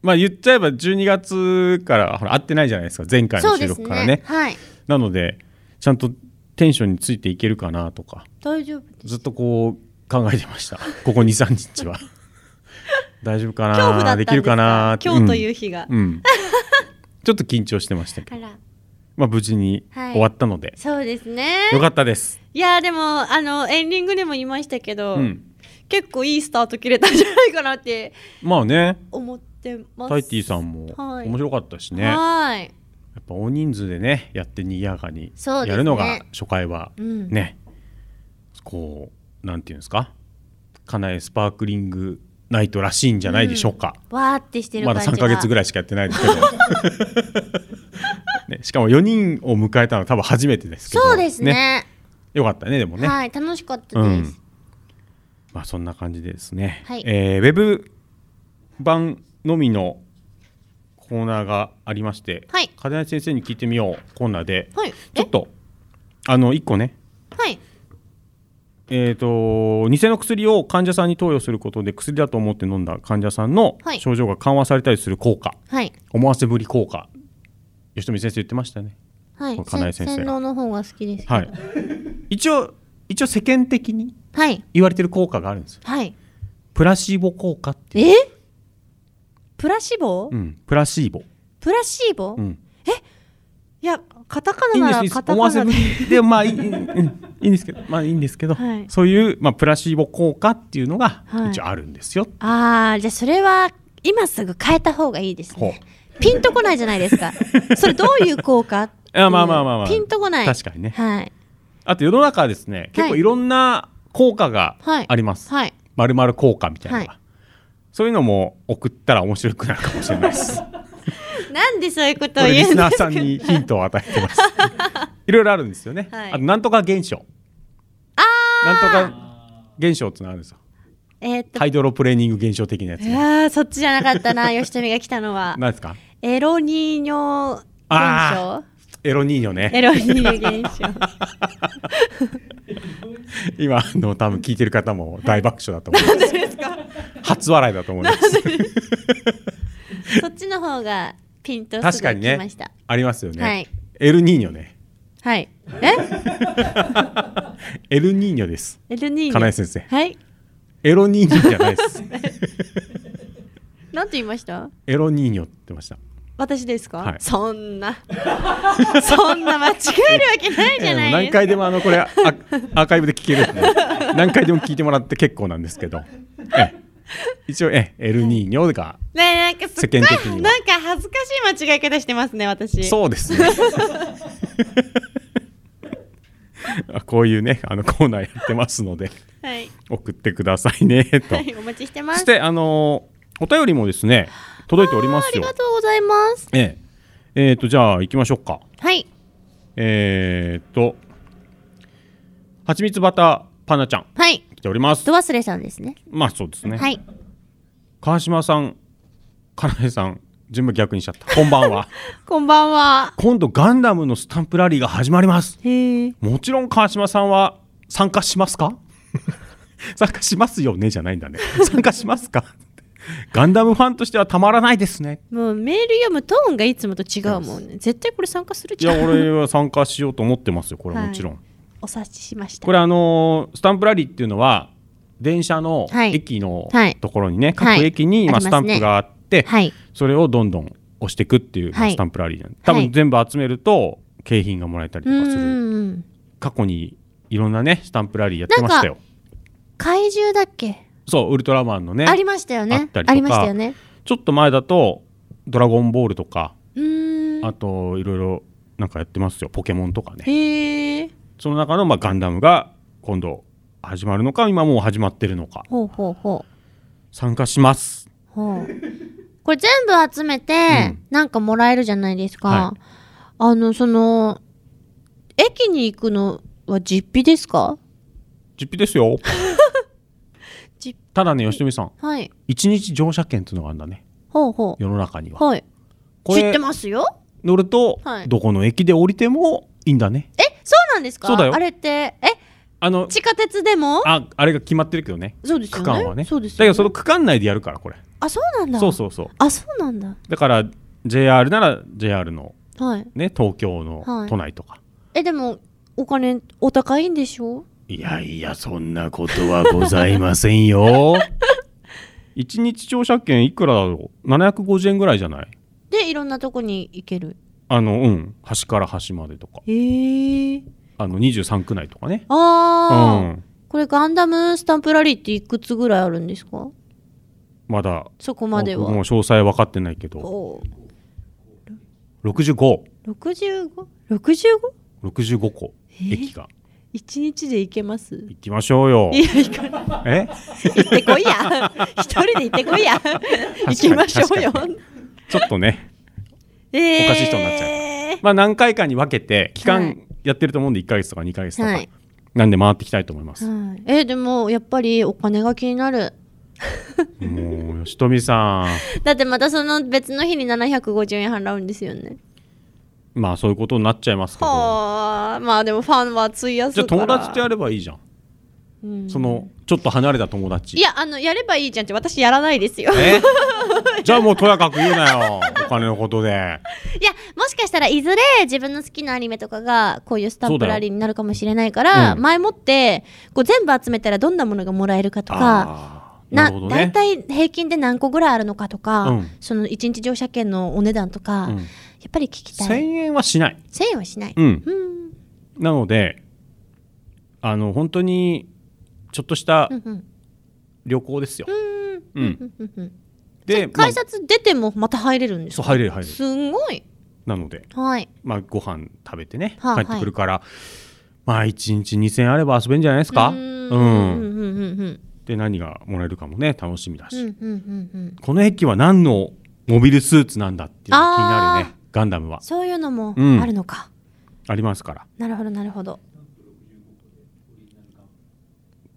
まあ言っちゃえば12月からほら会ってないじゃないですか前回そのう収です録からねねはいなのでちゃんとテンションについていけるかなとか大丈夫ずっとこう考えてました (laughs) ここ23 (laughs) 日は大丈夫かな恐怖だったんでですかきるかなって今日という日がうんうん (laughs) ちょっと緊張してましたけど、あらまあ、無事にはい終わったので、そうですねよかったです、いやでもあのエンディングでも言いましたけど、うん、結構いいスタート切れたんじゃないかなってまあね思ってますタイティさんもはい面白かったしね、はいやっぱ大人数でねやってにぎやかにそうですねやるのが初回はねうんこうなんていうんですかかなりスパークリングナイトらしいんじゃないでしょうか、わーってしてるま感じだが3か月ぐらいしかやってないで (laughs) すけど、ね、しかも4人を迎えたのは多分初めてですけどそうですねよかったねでもね、はい楽しかったです、うんまあ、そんな感じでですね、はいえーウェブ版のみのコーナーがありまして、はい金井先生に聞いてみようコーナーで、はいちょっとあの1個ね、はいえー、と偽の薬を患者さんに投与することで薬だと思って飲んだ患者さんのはい症状が緩和されたりする効果、はい思わせぶり効果吉富先生言ってましたよね、はいこの金井先生洗が脳の方が好きですけどはい、一応一応世間的にはい言われてる効果があるんですよはいプラシーボ効果ってえプラシボ、うんプラシーボプラシーボ、うんいやカタカいいんナでないらすいですカタ思わカせナぶでりでまあいい,、うん、いいんですけどまあいいんですけど、はいそういう、まあ、プラシーボ効果っていうのがはい一応あるんですよ、 (laughs) あーじゃあそれは今すぐ変えた方がいいですねほうピンとこないじゃないですかそれどういう効果あまあまあまあまあピンとこない確かにねはいあと世の中はですね結構いろんな効果がはいあります、はいまるまる効果みたいな、はいそういうのも送ったら面白くなるかもしれないですこなんでそういうことをれリ言うスんでナーすさかんにヒントを与えてますいろいろあるんですよね、はいあとなんとか現象なんとか現象ってのがあるんですよえーっとハイドロプレーニング現象的なやついやーそっちじゃなかったな吉富が来たの (laughs) は何ですかエロニーニョ現あ象エロニーニョねエロニーニョ (laughs) 現象今あの多分聞いてる方も大爆笑だと思います、なんでですか初笑いだと思いますそっちの方がピンとす確ぐかに来ねましたありますよね、はいエルニーニョねはいえエルニーニョですエルニーニョ金井先生はいエロニーニョじゃないです (laughs) なんて言いましたエロニーニョって言ってました私ですか、はいそんな (laughs) そんな間違えるわけないじゃないで何すか回でもあのこれあアーカイブで聞けるんで何回でも聞いてもらって結構なんですけどええ一応ええエルニーニョがね (laughs) なんかすっごい世間的にはなんか恥ずかしい間違い方してますね私そうですねあこういうねあのコーナーやってますので (laughs) はい送ってくださいねと、はいお待ちしてまそすしてあのお便りもですね届いておりますよありがとうございますえええーとじゃあ行きましょうかはいえー、と、はちみつバターパナちゃん、はい来ております。ド忘れさんですねまあそうですね。はい川島さん、かなえさん、順番逆にしちゃった。こんば (laughs) んは。こんばんは今度ガンダムのスタンプラリーが始まります。へえもちろん川島さんは参加しますか (laughs) 参加しますよねじゃないんだね。参加しますか (laughs) ガンダムファンとしてはたまらないで (laughs) すね。もうメール読むトーンがいつもと違うもんね絶対これ参加するいじゃや、ん俺は参加しようと思ってますよ、これはもちろん。お察ししましたこれあのースタンプラリーっていうのは電車のはい駅のはいところにね、はい各駅にあ今りスますねタンプがあって、はいそれをどんどん押していくっていうまあはいスタンプラリーなんで、多はい分全部集めると景品がもらえたりうとかする、んうん過去にいろんなねスタンプラリーやってましたよ怪獣だっけそうウルトラマンのねありましたよねあったりとかありましたよねちょっと前だと「ドラゴンボール」とかうーんあといろいろなんかやってますよポケモンとかねへえその中の、まあ、ガンダムが今度始まるのか今もう始まってるのかほうほうほう参加します (laughs) ほうこれ全部集めてなんかもらえるじゃないですか、はあのその駅に行くのは実費ですか実費ですよ (laughs) 実ただね吉富さんはい一日乗車券っていうのがあるんだねほうほう世の中にははいこ知れってますよ乗ると、はいどこの駅で降りてもいいんだねえそうなんですかそうだよあれってえあの地下鉄でもああれが決まってるけどねそうですよね区間はねそうですよねだけどその区間内でやるからこれあそうなんだそうそうそうあそうなんだだから JR なら JR の、はいね、東京のはい都内とか、えでもお金お高いんでしょい、やいやそんなことはございませんよ (laughs) 一日乗車券いくらだろう750円ぐらいじゃないでいろんなとこに行けるあのうん端から端までとかへえあの23区内とかねあー、うんこれガンダムスタンプラリーっていくつぐらいあるんですかまだそこまでは僕もう詳細分かってないけどお6565 65?65? 個駅が一日で行けます行行きましょうよいや行かえってこい (laughs) や一人で行ってこいや行きましょうよ確かにちょっとねえーおかしい人になっちゃう、まあ何回かに分けて期間やってると思うんで1ヶ月とか2ヶ月とか、はいなんで回っていきたいと思います、はい、えでもやっぱりお金が気になるもう吉富さだってまたその別の日に750円払うんですよねんまあそういうことになっちゃいますけどはあまあでもファンは費やすじゃかあら友達とやればいいじゃん、うんそのちょっと離れた友達いやあのやればいいじゃんって私やらないですよえじゃあもうとやかく言うな (laughs) よお金のことでいやもしかしたらいずれ自分の好きなアニメとかがこういうスタンプラリーになるかもしれないかだからら、前もってこう全部集めたらどんなものがもらえるかとかななるほど大ね体、い平均で何個ぐらいあるのかとか、うんその一日乗車券のお値段とか、うんやっぱり聞きた1000い円はしない1000円はしない、うんなのであの本当にちょっとしたうんうん旅行ですよ、ううんんうんうんで、まあ改札出てもまた入れるんですかそう入れる入れるすんごいなので、はいまあ、ご飯食べてねはあ帰ってくるから、まあ1日2000円あれば遊べんじゃないですかうんうんうんうんうんで何がもらえるかもね楽しみだし、うんうんうんうんこの駅は何のモビルスーツなんだっていうのが気になるねガンダムはそういうのもうんあるのか、ありますからなるほどなるほど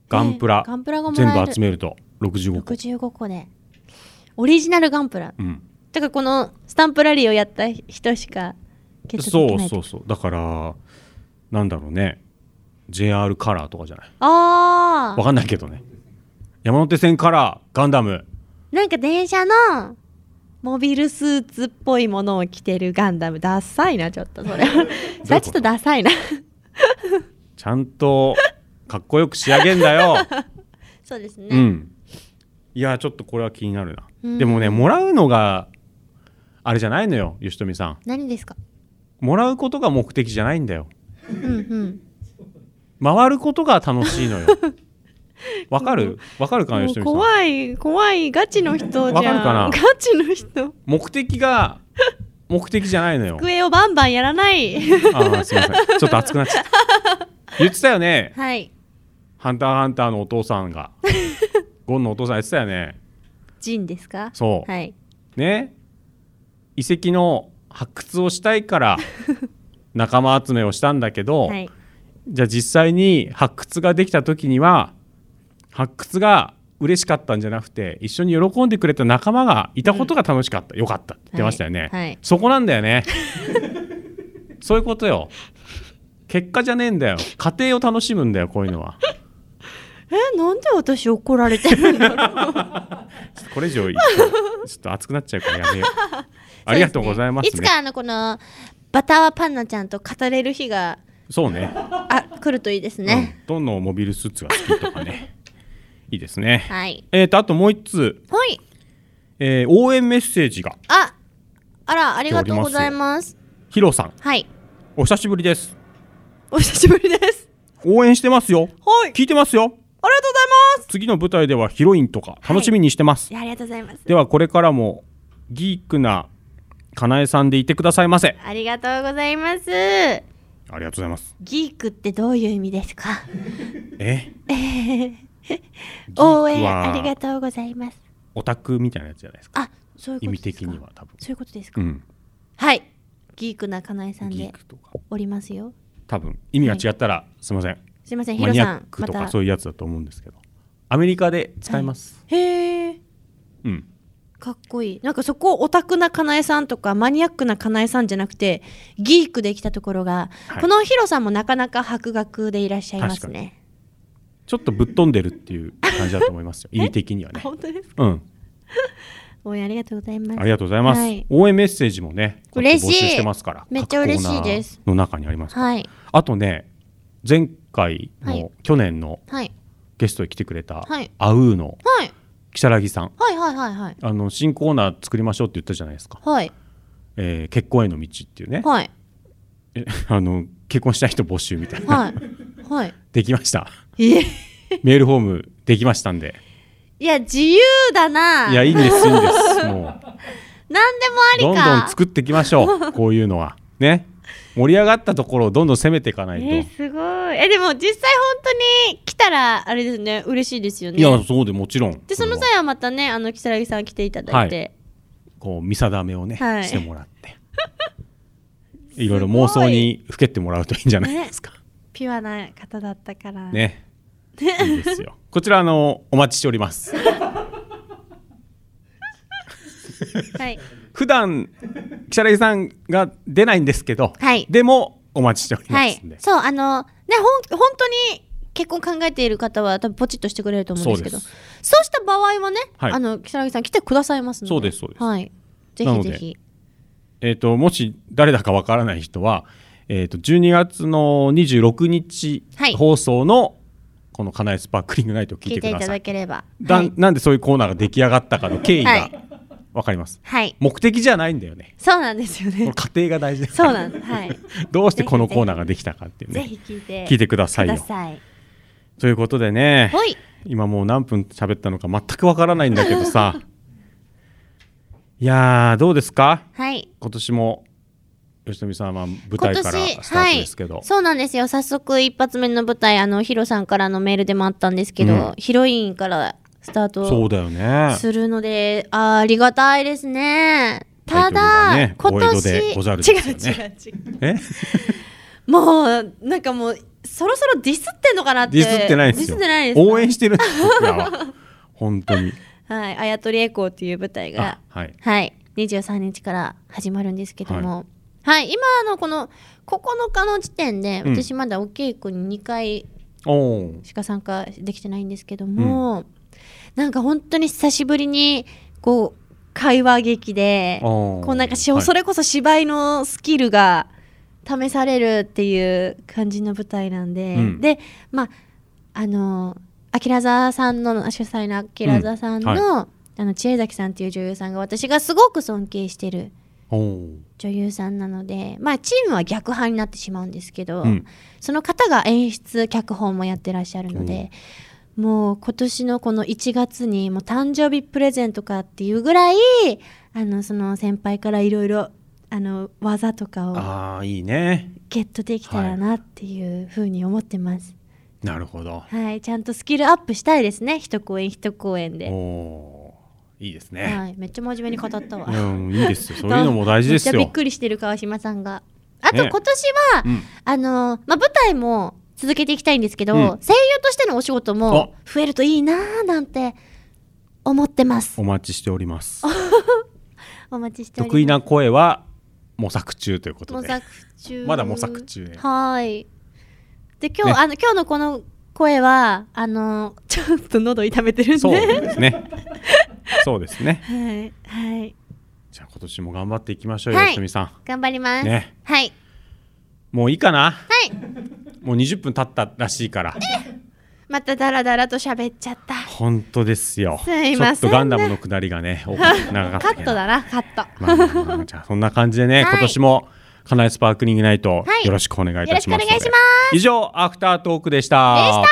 ガンプラ,、ガンプラがも全らえる部集めると65個、 65個でオリジナルガンプラうん、だからこのスタンプラリーをやった人しかゲットできないそとうそうそうだからなんだろうね JR カラーとかじゃないあわかんないけどね山手線カラーガンダムーなんか電車のモビルスーツっぽいものを着てるガンダムダッサいなちょっとそれそれはちょっとダサいなちゃんとかっこよく仕上げんだ (laughs) よそうですね、うんいやちょっとこれは気になるな、うんでもねもらうのがあれじゃないのよ吉富さん何ですかもらうことが目的じゃないんだようんうん回ることが楽し (laughs) いのよわかるわかるかなも吉う富さん怖い怖いガチの人じゃんわかるかなガチの人目的 (laughs) が目的じゃないのよ机をバンバンやらないあーすいませんちょっと熱くなっちゃった言ってたよね (laughs) はいハンターハンターのお父さん (laughs) がゴンのお父さんやってたよねジンですかそうはいね遺跡の発掘をしたいから (laughs) 仲間集めをしたんだけど、はいじゃあ実際に発掘ができた時には発掘が嬉しかったんじゃなくて一緒に喜んでくれた仲間がいたことが楽しかった、よかったって言ってましたよね、はいはいそこなんだよねそういうことよ結果じゃねえんだよ家庭を楽しむんだよこういうのはえなんで私怒られてるんだ (laughs) ろうちょっとこれ以上言うとちょっと熱くなっちゃうからやめようありがとうございます、ねいつかあのこのバターはパンナちゃんと語れる日がそうねあ来るといいですね、どのモビルスーツが好きとかねいいですね、はいえーとあともう一通、ほいえー応援メッセージがああらありがとうございますヒロさんはいお久しぶりですお久しぶりです応援してますよはい聞いてますよありがとうございます次の舞台ではヒロインとか楽しみにしてます、いやありがとうございますではこれからもギークなかなえさんでいてくださいませありがとうございますありがとうございますギークってどういう意味です (laughs) かええー応援はありがとうございますオタクみたいなやつじゃないですかあそういうこと意味的には多分そういうことですか、うんはいギークなかなえさんでおりますよ多分意味が違ったら、すみませんすいませんマニヒロアさんックとまかたそういうやつだと思うんですけどアメリカで使います、へえうんかっこいいなんかそこオタクなかなえさんとかマニアックなかなえさんじゃなくてギークできたところが、はいこのヒロさんもなかなか博学でいらっしゃいます確かにねちょっとぶっ飛んでるっていう感じだと思いますよ意味的にはあね本当ですかうん応援ありがとうございますありがとうございます、はい応援メッセージもねこうやって嬉しい募集してますからめっちゃ各コー嬉しいですナーの中にありますからはいあとね前回の、はい去年のはいゲストに来てくれた、はいアウーのはい如月さんはいはいはいはいあの新コーナー作りましょうって言ったじゃないですか、はいえー結婚への道っていうね、はいえ (laughs) あの結婚したい人募集みたいな、はい (laughs) はいできましたいえメールフォームできましたんでいや自由だないやいいんですいいんですも (laughs) 何でうもありどんかどん作っていきまし (laughs) ょうこういうのはね盛り上がったところをどんどん攻めていかないと、えーすごいえでも実際本当に来たらあれですね嬉しいですよねいやそうでもちろんでその際はまたねあの如月さん来ていただいて、こう見定めをね、はいしてもらって (laughs) いろいろ妄想にふけってもらうといいんじゃないねピュアな方だったからねねいいです (laughs) よこちらあのお待ちしております (laughs) はい普段キサラギさんが出ないんですけど、はいでもお待ちしております、はいそうあのねほん本当に結婚考えている方は多分ポチッとしてくれると思うんですけどそそううした場合はね、はいあの如月さん来てくださいますのでそうですそうですはいぜなひのぜでひえー、ともし誰だかわからない人は、えー、と12月の26日はい放送のこの「カナエスパークリングナイト」を聞聞いていくていだたさだいければだはんい、なんでそういうコーナーが出来上がったかの経緯はがいわかります、はい目的じゃないんだよねそうなんですよねこの家庭が大事だかそうらなんはい (laughs) どうしてこのコーナーができたかっていうねぜひ聞いて聞いてくださいよくださいということでねほい今もう何分喋ったのか全くわからないんだけどさ (laughs) いやーどうですかはい今年も吉富さんは舞今台年からスタートですけど、はい、そうなんですよ早速一発目の舞台あのヒロさんからのメールでもあったんですけど、うんヒロインからスターそトうだよねするのであーありがたいですねただ、タイトル今が年ねお江戸でござるです違う違よう違ねうえもうなんかもうそろそろディスってんのかなってディスってないですよディスってないですか応援してるんです僕ら (laughs) は本当にはい、あやとり栄光っていう舞台があ、はいはい、23日から始まるんですけども、はい、今あのこの9日の時点で、うん私まだお稽古に2回おおしか参加できてないんですけども、なんか本当に久しぶりにこう会話劇でおこーうなんかし、はいそれこそ芝居のスキルが試されるっていう感じの舞台なんで、うんでまああのアキラザさんの主催のアキラザさんの,、うんはあの千恵崎さんっていう女優さんが私がすごく尊敬してる女優さんなので、まあ、チームは逆派になってしまうんですけど、うんその方が演出脚本もやってらっしゃるので、もう今年のこの1月にもう誕生日プレゼントかっていうぐらいあのその先輩からいろいろあの技とかをああいいねゲットできたらなっていうふうに思ってます。なるほどはい、ちゃんとスキルアップしたいですね。一公演一公演で。おーいいですね、はい、めっちゃ真面目に語ったわ。うんいいですよそういうのも大事ですよめっちゃびっくりしてる川島さんが。あとね今年は、うんあのまあ、舞台も続けていきたいんですけど、うん声優としてのお仕事も増えるといいなーなんて思ってます。お待ちしておりますお待ちしております。得意な声は模索中ということ模で索中。まだ模索中ねはーい。で今日、ねあの今日のこの声はあのちょっと喉痛めてるんで。そうですねそうですね (laughs) はいはいじゃあ今年も頑張っていきましょうよ、はいよしみさん頑張ります。ねはいもういいかなはい。もう20分経ったらしいからまたダラダラと喋っちゃった。本当ですよすいませんねちょっとガンダムの下り (laughs) がね多く長かったカけッどトだな、カット。まあまあまあじゃあそんな感じでね、はい今年もカナエスパークリングナイトはいよろしくお願いいたしますので、よろしくお願いしま以上アフタートークででした